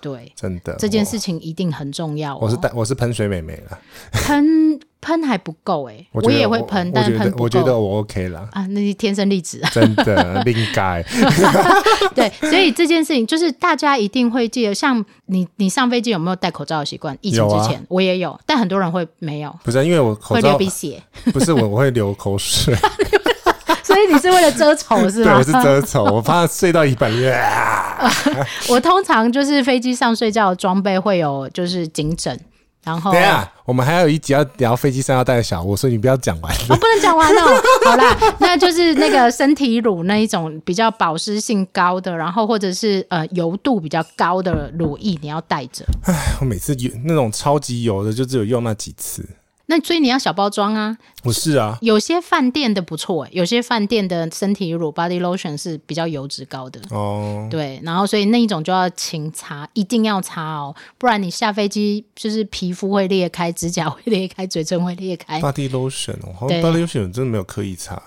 Speaker 1: 对，
Speaker 2: 真的，
Speaker 1: 这件
Speaker 2: 我
Speaker 1: 事情一定很重要、哦。
Speaker 2: 我是带我是喷水美眉了，
Speaker 1: *laughs* 喷喷还不够哎、
Speaker 2: *laughs* 我
Speaker 1: 我
Speaker 2: 觉得
Speaker 1: 也会喷，
Speaker 2: 我
Speaker 1: 但
Speaker 2: 觉
Speaker 1: 是喷
Speaker 2: 得
Speaker 1: 不够。
Speaker 2: 我觉得我 OK 啦，
Speaker 1: 啊，那是天生丽质。 *laughs*
Speaker 2: 真的 *laughs* 应该，
Speaker 1: 对，所以这件事情就是大家一定会记得，像你你上飞机有没有戴口罩的习惯？疫情
Speaker 2: 有啊
Speaker 1: 之前、我也有，但很多人会没有，
Speaker 2: 不是因为我口
Speaker 1: 会流
Speaker 2: 罩
Speaker 1: 鼻啊血， *laughs*
Speaker 2: 不是我我会流口水，
Speaker 1: 所以你是为了遮丑是
Speaker 2: *laughs* 对，
Speaker 1: 吗
Speaker 2: 我？是遮丑，我怕睡到一半，啊
Speaker 1: *laughs* 我通常就是飞机上睡觉的装备会有就是颈枕，然后
Speaker 2: 等一下，我们还有一集要聊飞机上要带的小物，所以你不要讲完。 *laughs*
Speaker 1: 我、不能讲完哦。好啦，那就是那个身体乳那一种比较保湿性高的，然后或者是呃油度比较高的乳液，你要带着。
Speaker 2: 我每次有那种超级油的，就只有用那几次。
Speaker 1: 那所以你要小包装啊。
Speaker 2: 我是啊，
Speaker 1: 有些饭店的不错、欸，有些饭店的身体乳 body lotion 是比较油脂高的。
Speaker 2: 哦，
Speaker 1: 对，然后所以那一种就要勤擦，一定要擦哦，不然你下飞机就是皮肤会裂开，指甲会裂开，嘴唇会裂开。
Speaker 2: body lotion，我好
Speaker 1: 哎对
Speaker 2: 像 body lotion 真的没有刻意擦，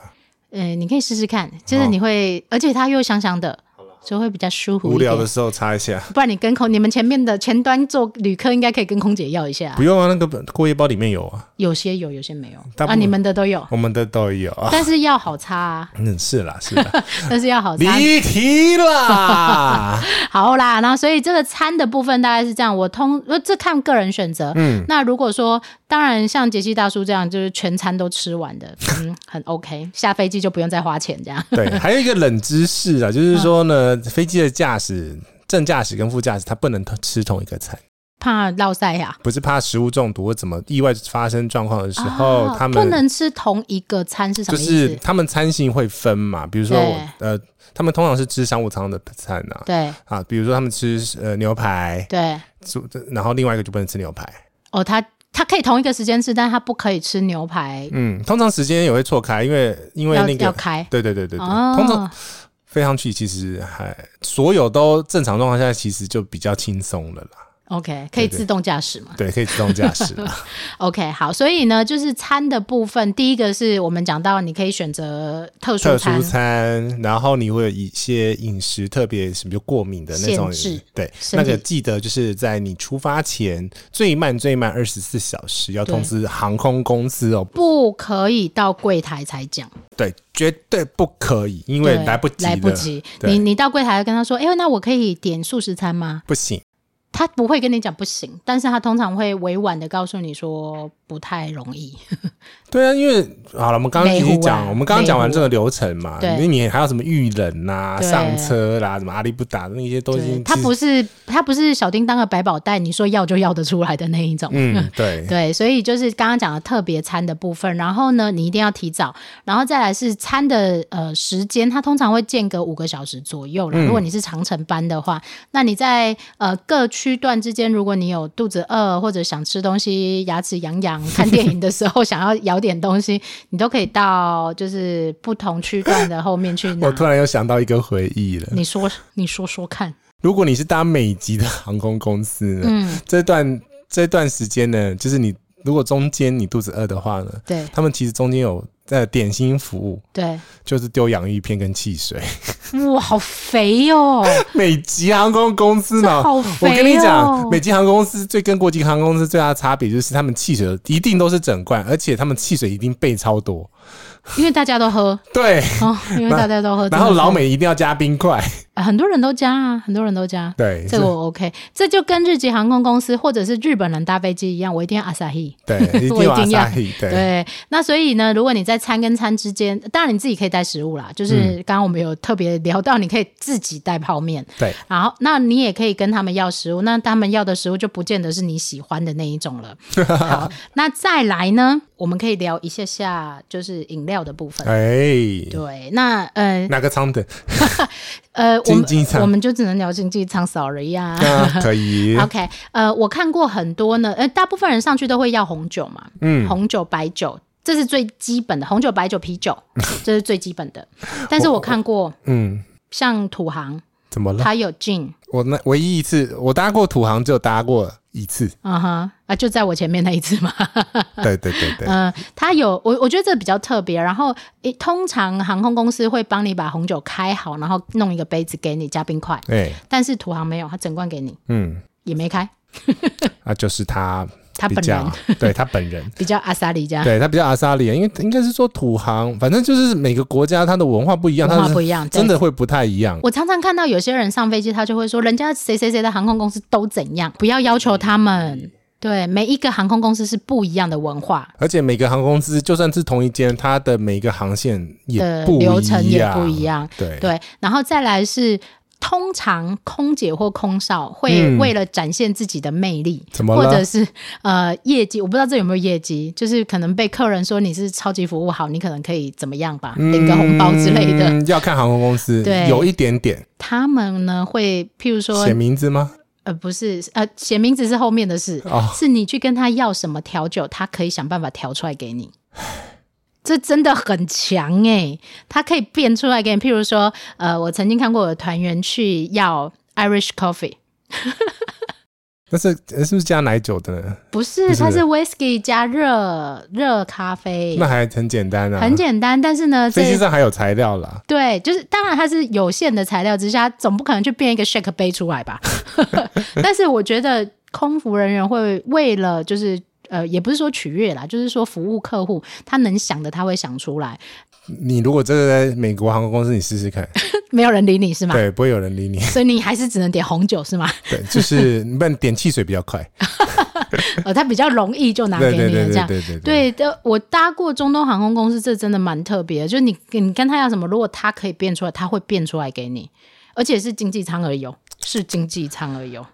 Speaker 1: 嗯、你可以试试看，就是你会，而且它又香香的，所以会比较舒服
Speaker 2: 无
Speaker 1: 一点
Speaker 2: 聊的。时候擦一下。
Speaker 1: 不然你跟空，你们前面的前端做旅客应该可以跟空姐要一下啊
Speaker 2: 不，用啊，那个过夜包里面有啊，
Speaker 1: 有些有，有些没有
Speaker 2: 大部
Speaker 1: 啊，
Speaker 2: 分
Speaker 1: 你们的都有，
Speaker 2: 我们的都有啊。 *laughs*
Speaker 1: 但是要好擦啊，
Speaker 2: 嗯，是啦，
Speaker 1: *laughs*
Speaker 2: 是啦，
Speaker 1: 但是要好擦。
Speaker 2: 离题啦。
Speaker 1: 好啦，然后所以这个餐的部分大概是这样，我通呃这看个人选择。嗯，那如果说当然像杰西大叔这样，就是全餐都吃完
Speaker 2: *laughs*
Speaker 1: 的，嗯，很 OK，下飞机就不用再花钱这样。 *laughs*
Speaker 2: 对，还有一个冷知识
Speaker 1: 嗯
Speaker 2: 啊，就是说呢，飞机的驾驶正驾驶跟副驾驶，它不能吃同一个餐。
Speaker 1: 怕落塞啊呀、
Speaker 2: 不是怕食物中毒或怎么意外发生状况的时
Speaker 1: 啊，
Speaker 2: 候，他们
Speaker 1: 不能吃同一个餐是什
Speaker 2: 就
Speaker 1: 么意思？
Speaker 2: 是他们餐性会分嘛，比如说
Speaker 1: 对
Speaker 2: 我呃，他们通常是吃商务舱的餐啊，
Speaker 1: 对
Speaker 2: 啊，比如说他们吃呃牛排，
Speaker 1: 对，
Speaker 2: 猪然后另外一个就不能吃牛排，
Speaker 1: 哦，他他可以同一个时间吃，但他不可以吃牛排，
Speaker 2: 嗯，通常时间也会错开，因为因为
Speaker 1: 要
Speaker 2: 那
Speaker 1: 要
Speaker 2: 个。
Speaker 1: 开。
Speaker 2: 对对对对对，
Speaker 1: 哦
Speaker 2: 通常飞上去其实还所有都正常状况下，其实就比较轻松了啦。
Speaker 1: OK，可以自动驾驶吗
Speaker 2: 对，可以自动驾驶
Speaker 1: 嗯
Speaker 2: 啊。
Speaker 1: ？OK，好，所以呢，就是餐的部分，第一个是我们讲到你可以选择特殊
Speaker 2: 特
Speaker 1: 餐
Speaker 2: 殊，餐，然后你会有一些饮食特别什么就过敏的那种
Speaker 1: 限制，
Speaker 2: 对，
Speaker 1: 身
Speaker 2: 那
Speaker 1: 体
Speaker 2: 个记得就是在你出发前最慢最慢二十四小时要通知航空公司哦，
Speaker 1: 不可以到柜台才讲，
Speaker 2: 对，绝对不可以，因为
Speaker 1: 对
Speaker 2: 来不及了，
Speaker 1: 来不及。
Speaker 2: 对
Speaker 1: 你你到柜台跟他说，哎、那我可以点素食餐吗？
Speaker 2: 不行，
Speaker 1: 他不会跟你讲不行，但是他通常会委婉的告诉你说不太容易。
Speaker 2: 对啊，因为好了，我们刚刚已
Speaker 1: 内湖啊
Speaker 2: 经讲，我们刚刚讲完
Speaker 1: 内湖
Speaker 2: 这个流程嘛，
Speaker 1: 对
Speaker 2: 因为你还有什么遇人呐、
Speaker 1: 对
Speaker 2: 上车啦、什么阿里不达那些东
Speaker 1: 对
Speaker 2: 西，，
Speaker 1: 他
Speaker 2: 其实
Speaker 1: 不是他不是小叮当的百宝袋，你说要就要得出来的那一种。 *laughs*
Speaker 2: 嗯，对，
Speaker 1: 对，所以就是刚刚讲的特别餐的部分，然后呢，你一定要提早，然后再来是餐的呃时间，它通常会间隔五个小时左右
Speaker 2: 嗯
Speaker 1: 啦。如果你是长程班的话，那你在呃各区段之间，如果你有肚子饿或者想吃东西、牙齿痒痒、看电影的时候想要咬点东西，你都可以到就是不同区段的后面去拿
Speaker 2: *laughs* 我。突然又想到一个回忆了。
Speaker 1: 你说，你说说看，
Speaker 2: 如果你是搭美籍的航空公司呢，
Speaker 1: 嗯
Speaker 2: 这段这段时间呢，就是你如果中间你肚子饿的话呢，
Speaker 1: 对
Speaker 2: 他们其实中间有呃点心服务，
Speaker 1: 对，
Speaker 2: 就是丢洋芋片跟汽水。 *laughs*
Speaker 1: 哇，好肥哦！
Speaker 2: 美籍航空公司
Speaker 1: 这
Speaker 2: 呢，
Speaker 1: 好
Speaker 2: 我
Speaker 1: 肥
Speaker 2: 跟你
Speaker 1: 哦
Speaker 2: 讲，美籍航空公司最跟国际航空公司最大的差别就是他们汽水一定都是整罐，而且他们汽水一定备超多。
Speaker 1: 因为大家都喝
Speaker 2: 对，
Speaker 1: 哦，因为
Speaker 2: 那
Speaker 1: 大家都喝，
Speaker 2: *laughs* 然
Speaker 1: 真的
Speaker 2: 后
Speaker 1: 是
Speaker 2: 老美一定要加冰块。
Speaker 1: 啊，很多人都加啊，很多人都加。
Speaker 2: 对，
Speaker 1: 这个我 OK，这就跟日籍航空公司或者是日本人搭飞机一样，我一定要阿萨希。
Speaker 2: 对，
Speaker 1: *laughs*
Speaker 2: 一定
Speaker 1: 我一
Speaker 2: 要阿
Speaker 1: 定要
Speaker 2: 萨希。对，
Speaker 1: 对，那所以呢，如果你在餐跟餐之间，当然你自己可以带食物啦，就是
Speaker 2: 嗯
Speaker 1: 刚刚我们有特别聊到，你可以自己带泡面，
Speaker 2: 对，
Speaker 1: 然后那你也可以跟他们要食物，那他们要的食物就不见得是你喜欢的那一种
Speaker 2: *laughs*
Speaker 1: 了。好，那再来呢，我们可以聊一下下就是饮料的部分。
Speaker 2: 哎，
Speaker 1: 对，那呃
Speaker 2: 哪个舱等？
Speaker 1: 呃，我
Speaker 2: 经
Speaker 1: 们
Speaker 2: 济舱
Speaker 1: 我们就只能聊经济舱，sorry 呀、*laughs*
Speaker 2: *laughs* 啊，可以。
Speaker 1: OK，呃，我看过很多呢，呃，大部分人上去都会要红酒嘛，嗯，红酒、白酒，这是最基本的，红酒、白酒、啤
Speaker 2: *laughs*
Speaker 1: 酒，这是最基本的。但是我看过，
Speaker 2: 嗯，
Speaker 1: 像土航，
Speaker 2: 怎么了？
Speaker 1: 它有 gin，
Speaker 2: 我那唯一一次我搭过土航，只有搭过
Speaker 1: *laughs*
Speaker 2: 一次。
Speaker 1: 嗯哼，啊，就在我前面那一次嘛， *laughs*
Speaker 2: 对对对对，
Speaker 1: 嗯、它有，我我觉得这比较特别。然后，诶，通常航空公司会帮你把红酒开好，然后弄一个杯子给你加冰块，
Speaker 2: 哎、
Speaker 1: 但是土航没有，它整罐给你，
Speaker 2: 嗯，
Speaker 1: 也没开，
Speaker 2: 啊，就是他
Speaker 1: 他
Speaker 2: 比
Speaker 1: 本人啊
Speaker 2: 较，对他
Speaker 1: *laughs*
Speaker 2: 本人，
Speaker 1: 比较阿萨里加。
Speaker 2: 对他比较阿萨里，因为应该是说土航，反正就是每个国家它的文化不一样，
Speaker 1: 文
Speaker 2: 它
Speaker 1: 化
Speaker 2: 是
Speaker 1: 不一样，对
Speaker 2: 真的会不太一样。
Speaker 1: 我常常看到有些人上飞机，他就会说，人家谁谁谁的航空公司都怎样，不要要求他
Speaker 2: 嗯
Speaker 1: 们。对，每一个航空公司是不一样的文化。
Speaker 2: 而且每个航空公司就算是同一间，它的每个航线也
Speaker 1: 的
Speaker 2: 不一样，
Speaker 1: 流程也不一样。
Speaker 2: 对
Speaker 1: 对，然后再来是，通常空姐或空少会
Speaker 2: 嗯
Speaker 1: 为了展现自己的魅力，
Speaker 2: 怎么
Speaker 1: 或
Speaker 2: 了
Speaker 1: 者是呃业绩，我不知道这有没有业绩，就是可能被客人说你是超级服务好，你可能可以怎么样吧，领个红包之类的。
Speaker 2: 嗯要看航空公司，
Speaker 1: 对
Speaker 2: 有一点点
Speaker 1: 他们呢会，譬如说
Speaker 2: 写名字吗？
Speaker 1: 呃，不是，呃，写名字是后面的事，
Speaker 2: 哦
Speaker 1: 是你去跟他要什么调酒，他可以想办法调出来给你。这真的很强诶、他可以变出来给你。譬如说，呃，我曾经看过有团员去要 Irish coffee，
Speaker 2: 那是是不是加奶酒的呢？
Speaker 1: 不是，
Speaker 2: 不是
Speaker 1: 它是 whisky 加热热咖啡
Speaker 2: 那，还很简单啊，
Speaker 1: 很简单。但是呢，
Speaker 2: 飞机
Speaker 1: 这
Speaker 2: 上还有材料啦。
Speaker 1: 对，就是当然它是有限的材料之下，总不可能去变一个 shake 杯出来
Speaker 2: *laughs*
Speaker 1: 吧。 *laughs* 但是我觉得空服人员会为了就是。呃，也不是说取悦啦，就是说服务客户，他能想的他会想出来，
Speaker 2: 你如果真的在美国航空公司，你试试看，
Speaker 1: 没有人理你是吗？
Speaker 2: 对，不会有
Speaker 1: *laughs*
Speaker 2: 人理你。
Speaker 1: 所以你还是只能点红酒是吗？ *laughs*
Speaker 2: 对，就是你不然点汽水比较快。
Speaker 1: 呃，他比较容易就拿给
Speaker 2: 对
Speaker 1: 你
Speaker 2: 对
Speaker 1: 了
Speaker 2: 对
Speaker 1: 这
Speaker 2: 对
Speaker 1: 样。
Speaker 2: 对对对。
Speaker 1: 对的，我搭过中东航空公司，这真的蛮特别的。就是你你跟他要什么，如果他可以变出来，他会变出来给你，而且是经济舱而已哦，是经济舱而已哦。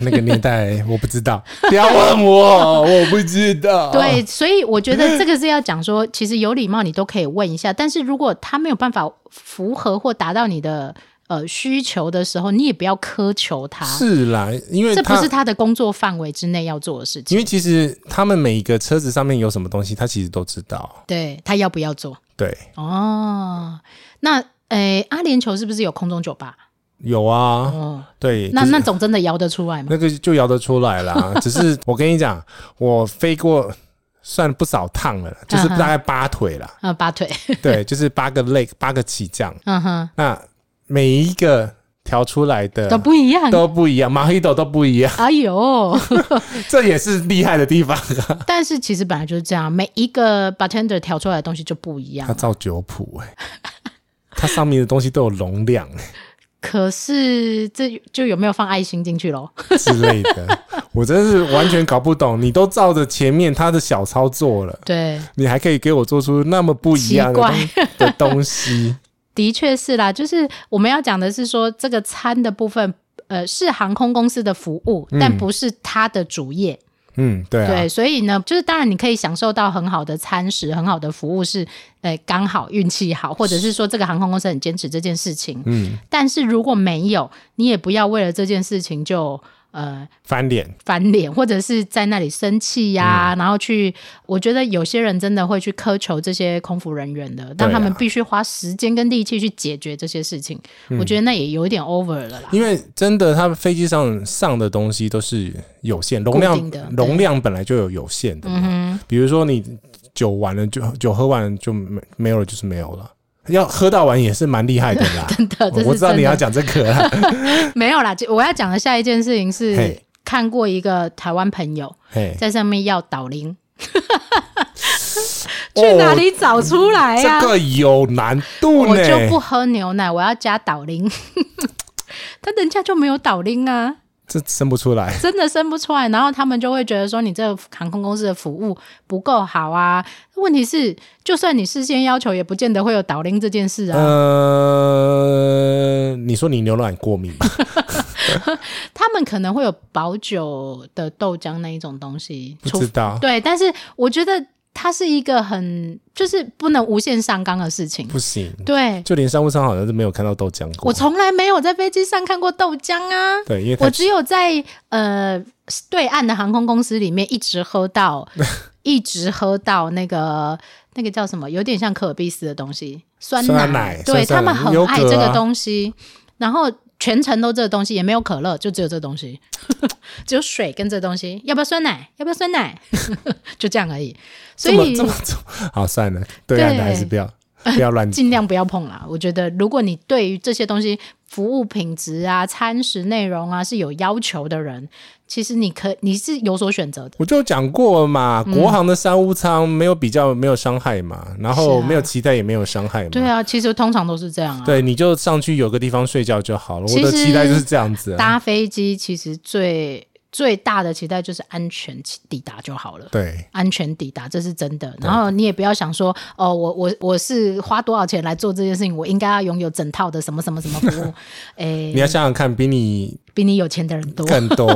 Speaker 2: 那个年代我不知道，不要问我，我不知道。
Speaker 1: 对，所以我觉得这个是要讲说，其实有礼貌你都可以问一下，但是如果他没有办法符合或达到你的呃需求的时候，你也不要苛求他，
Speaker 2: 是啦，因为
Speaker 1: 啊这不
Speaker 2: 他
Speaker 1: 是他的工作范围之内要做的事情。
Speaker 2: 因为其实他们每一个车子上面有什么东西，他其实都知道。
Speaker 1: 对他要不要做？
Speaker 2: 对，
Speaker 1: 哦，那诶，阿联酋是不是有空中酒吧？
Speaker 2: 有啊，
Speaker 1: 哦，
Speaker 2: 对，
Speaker 1: 那
Speaker 2: 就是
Speaker 1: 那种真的摇得出来吗？
Speaker 2: 那个就摇得出
Speaker 1: *laughs*
Speaker 2: 来啦。只是我跟你讲，我飞过算不少趟了，
Speaker 1: 嗯
Speaker 2: 就是大概八腿啦，
Speaker 1: 啊，拔腿，
Speaker 2: 对，就是八个 leg，八个起降。
Speaker 1: 嗯哼，
Speaker 2: 那每一个调出来的
Speaker 1: 都不一样。
Speaker 2: 都不一样，马黑斗都不一样，
Speaker 1: 哎呦！ *laughs*
Speaker 2: 这也是厉害的地方。啊
Speaker 1: 但是其实本来就是这样，每一个 bartender 调出来的东西就不一样
Speaker 2: 他。造酒谱 *laughs* 哎、它上面的东西都有容量、欸
Speaker 1: 可是这就有没有放爱心进去喽？
Speaker 2: 之类的，我真是完全搞不懂。你都照着前面他的小操作了，
Speaker 1: 对，
Speaker 2: 你还可以给我做出那么不一样的东
Speaker 1: 奇
Speaker 2: 的东西？
Speaker 1: 的确是啦，就是我们要讲的是说这个餐的部分。呃，是航空公司的服务，但不是它的主业。
Speaker 2: 嗯，对啊，
Speaker 1: 对，所以呢，就是当然你可以享受到很好的餐食、很好的服务是，呃，刚好运气好，或者是说这个航空公司很坚持这件事情。
Speaker 2: 嗯，
Speaker 1: 但是如果没有，你也不要为了这件事情就呃
Speaker 2: 翻脸，
Speaker 1: 翻脸，或者是在那里生气呀、
Speaker 2: 嗯
Speaker 1: 然后去，我觉得有些人真的会去苛求这些空服人员
Speaker 2: 啊
Speaker 1: 的，但他们必须花时间跟力气去解决这些事情，
Speaker 2: 嗯
Speaker 1: 我觉得那也有一点 over 了啦。 *laughs*
Speaker 2: 因为真的，他们飞机上上的东西都是有限，容
Speaker 1: 固定的对
Speaker 2: 量
Speaker 1: 嗯
Speaker 2: 容量本来就有有限的嘛。比如说你酒完了就酒喝完了就没没有了，就是没有了。要喝到完也是蛮厉害的
Speaker 1: *laughs*
Speaker 2: 啦，
Speaker 1: 真的，这是真的
Speaker 2: 我知道你要讲这个
Speaker 1: *laughs*
Speaker 2: 啦。
Speaker 1: 没有啦，我要讲的下一件事情是
Speaker 2: 嘿
Speaker 1: 看过一个台湾朋友
Speaker 2: 嘿，
Speaker 1: 在上面要导铃，去哪里找出来呀、
Speaker 2: 哦这个有难度呢。
Speaker 1: 我就不喝牛奶，我要加导铃， *laughs* 但人家就没有导铃啊。
Speaker 2: 这生不出来，
Speaker 1: 真的生不出来，然后他们就会觉得说你这个航空公司的服务不够好啊。问题是，就算你事先要求，也不见得会有导令这件事
Speaker 2: 嗯
Speaker 1: 啊。
Speaker 2: 呃，你说你牛奶过
Speaker 1: *laughs*
Speaker 2: 敏吧？
Speaker 1: 他们可能会有保酒的豆浆那一种东西，
Speaker 2: 不
Speaker 1: 除
Speaker 2: 知道，
Speaker 1: 对，但是我觉得它是一个很就是不能无限上纲的事情。
Speaker 2: 不行，
Speaker 1: 对
Speaker 2: 就连商务舱好像是没有看到豆浆过
Speaker 1: 我。从来没有在飞机上看过豆浆啊。
Speaker 2: 对，因为它
Speaker 1: 我只有在呃对岸的航空公司里面一直喝
Speaker 2: *laughs*
Speaker 1: 到，一直喝到那个那个叫什么，有点像可尔必斯的东西，酸奶，
Speaker 2: 酸奶
Speaker 1: 对
Speaker 2: 酸酸
Speaker 1: 他
Speaker 2: 奶
Speaker 1: 们很
Speaker 2: 优格
Speaker 1: 爱这个
Speaker 2: 啊
Speaker 1: 东西，然后。全程都这个东西，也没有可乐，就只有这东西， *laughs* 只有水跟这东西。要不要酸奶？要不要酸奶？ *laughs* 就这样而已。所
Speaker 2: 这么
Speaker 1: 以
Speaker 2: 这么 *laughs* 这么好算了，对岸的还是不要不
Speaker 1: *laughs*
Speaker 2: 要乱
Speaker 1: 尽量不要碰啦。我觉得，如果你对于这些东西服务品质啊、餐食内容啊是有要求的人，其实你可你是有所选择的。
Speaker 2: 我就讲过了
Speaker 1: 嗯
Speaker 2: 嘛，国航的商务舱没有比较，没有伤害嘛，然后
Speaker 1: 是啊
Speaker 2: 没有期待，也没有伤害嘛。
Speaker 1: 对啊，其实通常都是这样啊。
Speaker 2: 对，你就上去有个地方睡觉就好了。
Speaker 1: 其
Speaker 2: 我
Speaker 1: 实
Speaker 2: 的期待就是这样子啊。
Speaker 1: 搭飞机其实最最大的期待就是安全抵达就好了。
Speaker 2: 对，
Speaker 1: 安全抵达，这是真的。然后你也不要想说，哦，我我我是花多少钱来做这件事情，我应该要拥有整套的什么什么什么服
Speaker 2: *laughs*
Speaker 1: 务。诶、
Speaker 2: 你要想想看，比你
Speaker 1: 比你有钱的人多，
Speaker 2: 更
Speaker 1: *laughs*
Speaker 2: 多，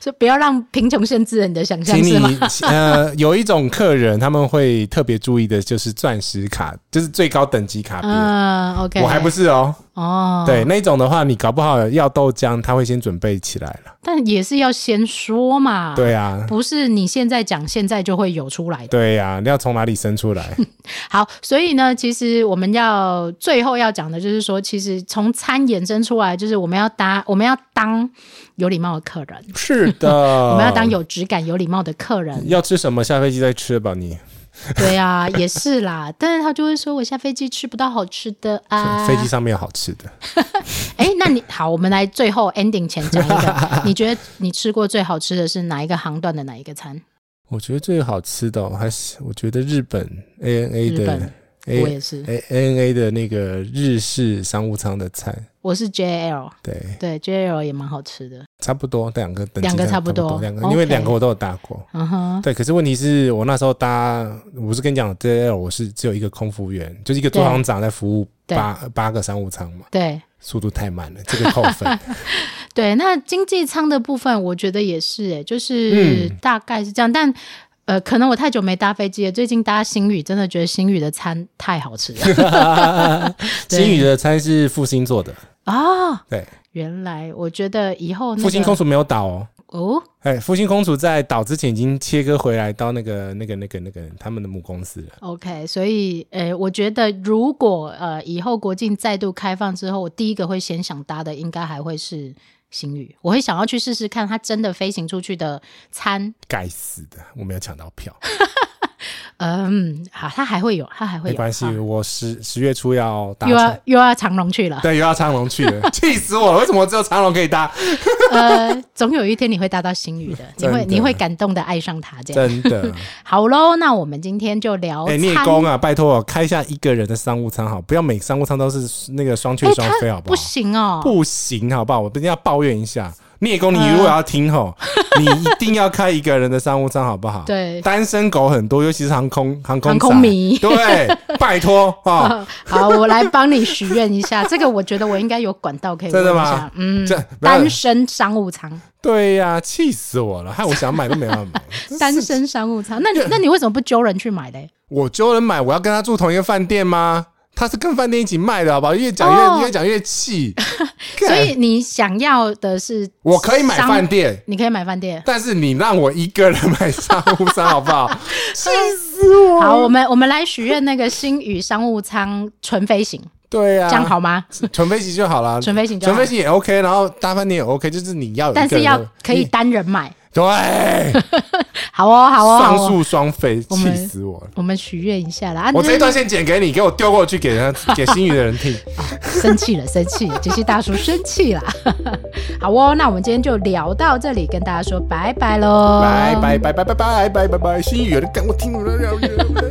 Speaker 1: 所以不要让贫穷限制了你的想象，
Speaker 2: 请
Speaker 1: 是吗？
Speaker 2: 你呃，有一种客人他们会特别注意的，就是钻石卡，就是最高等级卡别。
Speaker 1: 嗯，OK，
Speaker 2: 我还不是哦，
Speaker 1: 哦，
Speaker 2: 对那种的话，你搞不好要豆浆，他会先准备起来了。
Speaker 1: 但也是要先说嘛，，
Speaker 2: 对啊，
Speaker 1: 不是你现在讲，现在就会有出来的。
Speaker 2: 对啊，你要从哪里生
Speaker 1: *laughs*
Speaker 2: 出来？
Speaker 1: 好，所以呢，其实我们要最后要讲的就是说，其实从餐衍生出来，就是我们要搭，我们要当有礼貌的客人，
Speaker 2: 是的，
Speaker 1: 我
Speaker 2: 我
Speaker 1: 们要当有质感、有礼貌的客
Speaker 2: *laughs*
Speaker 1: 人。
Speaker 2: 要吃什么，下飞机再吃吧你。
Speaker 1: 对啊，也是啦。但是他就会说，我下飞机吃不到好吃的啊。
Speaker 2: 飞机上面有好吃的，
Speaker 1: 哎，那你好，我们来最后 ending 前讲一
Speaker 2: *laughs*
Speaker 1: 个，你觉得你吃过最好吃的是哪一个航段的哪一个餐？
Speaker 2: 我觉得最好吃的哦、还是我觉得日本 ANA
Speaker 1: 日
Speaker 2: 的
Speaker 1: 本我
Speaker 2: A
Speaker 1: 也是，
Speaker 2: A ANA 的那个日式商务舱的餐，
Speaker 1: 我是 JL。
Speaker 2: 对，
Speaker 1: 对，JL 也蛮好吃的。
Speaker 2: 差不多两个等级
Speaker 1: 两个差
Speaker 2: 差
Speaker 1: 不多
Speaker 2: 两个
Speaker 1: OK
Speaker 2: 因为两个我都有搭过。
Speaker 1: 嗯哼，
Speaker 2: 对，可是问题是我那时候搭，我不是跟你讲 JL，我是只有一个空服员，就是一个
Speaker 1: 对
Speaker 2: 座舱长在服务
Speaker 1: 对
Speaker 2: 八八个商务舱嘛，
Speaker 1: 对
Speaker 2: 速度太慢了，这个扣分。
Speaker 1: 对，那经济舱的部分，我觉得也是、欸，就是
Speaker 2: 嗯
Speaker 1: 大概是这样，但。呃，可能我太久没搭飞机了，最近搭星宇，真的觉得星宇的餐太好吃
Speaker 2: *laughs*
Speaker 1: 了对
Speaker 2: 新宇的餐是复兴做的，
Speaker 1: 啊、哦！
Speaker 2: 对，
Speaker 1: 原来我觉得以后、那个、
Speaker 2: 复兴空厨没有倒哦，
Speaker 1: 哦，
Speaker 2: 哎，复兴公主在岛之前已经切割回来到那个那个那个那个他们的母公司了。
Speaker 1: OK，所以呃，我觉得如果呃以后国境再度开放之后，我第一个会先想搭的应该还会是星宇，我会想要去试试看它真的飞行出去的餐。
Speaker 2: 该死的，我没有抢到票，
Speaker 1: 嗯，好，它还会有，它还会
Speaker 2: 没
Speaker 1: 有，
Speaker 2: 关系，
Speaker 1: 好
Speaker 2: 我十十月初要搭
Speaker 1: 又
Speaker 2: 乘
Speaker 1: 要。又要长隆去了。
Speaker 2: *laughs* 对，又要长龙去了，气死我了！为什么只有长龙可以搭？
Speaker 1: *laughs* 呃，总有一天你会搭到星宇的，你
Speaker 2: 真
Speaker 1: 会
Speaker 2: 的
Speaker 1: 你会感动的爱上它。这样
Speaker 2: 真的，
Speaker 1: 好喽，那我们今天就聊
Speaker 2: 哎、
Speaker 1: 餐。
Speaker 2: 聂工啊，拜托、开下一个人的商务舱好，不要每商务舱都是那个双去
Speaker 1: 哎
Speaker 2: 双飞，
Speaker 1: 它
Speaker 2: 好好？
Speaker 1: 行哦，
Speaker 2: 不行，好不好？我一定要抱怨一下。聂工，你如果要听吼， *laughs* 你一定要开一个人的商务舱，好不好？
Speaker 1: 嗯对
Speaker 2: 单身狗很多，尤其是航空航空
Speaker 1: 航空
Speaker 2: 仔
Speaker 1: 迷 *laughs* 嗯
Speaker 2: 对，拜托啊！
Speaker 1: 好，我来帮你许愿一下。 *laughs* 这个我觉得我应该有管道可以问
Speaker 2: 真的
Speaker 1: 一
Speaker 2: 吗
Speaker 1: 下。嗯，
Speaker 2: 这不要
Speaker 1: 单身商务舱，
Speaker 2: 对呀、气死我了！害我想买都没办法
Speaker 1: *laughs*
Speaker 2: 买。
Speaker 1: 单身商务舱。那你那你为什么不揪人去买嘞？
Speaker 2: 我揪人买，我要跟他住同一个饭店吗？他是跟饭店一起卖的，好不好？越讲
Speaker 1: 哦
Speaker 2: 越越讲越气。
Speaker 1: *laughs* 所以你想要的是，
Speaker 2: 我可以买饭，店，
Speaker 1: 你可以买饭店。
Speaker 2: 但是你让我一个人买商务舱，好不
Speaker 1: *laughs*
Speaker 2: 好？气死！
Speaker 1: 好，
Speaker 2: 哦
Speaker 1: 我们我们来许愿那个星宇商务舱纯飞行，
Speaker 2: 对呀、
Speaker 1: 这样好吗？
Speaker 2: 纯飞机就好了，
Speaker 1: 纯飞行就好
Speaker 2: 啊嗯纯飞行也 OK，然后搭饭店也 OK，就是你要有一个
Speaker 1: 但
Speaker 2: 人的，
Speaker 1: 是要可以
Speaker 2: 你
Speaker 1: 单人买。 *laughs*
Speaker 2: 对，
Speaker 1: 好哦，好哦，好
Speaker 2: 双
Speaker 1: 哦。
Speaker 2: 宿双飞，
Speaker 1: 我们
Speaker 2: 气死我了！
Speaker 1: 我们许愿一下啦。啊
Speaker 2: 我这一段
Speaker 1: 那
Speaker 2: 先剪给你，给我丢过去给人家给新宇的人听。
Speaker 1: *laughs* 生气了，生气了，杰西大叔生气了。 *laughs* 好哦，那我们今天就聊到这里，跟大家说拜拜喽，
Speaker 2: 拜拜拜拜拜拜拜拜拜，新宇有人干我听了。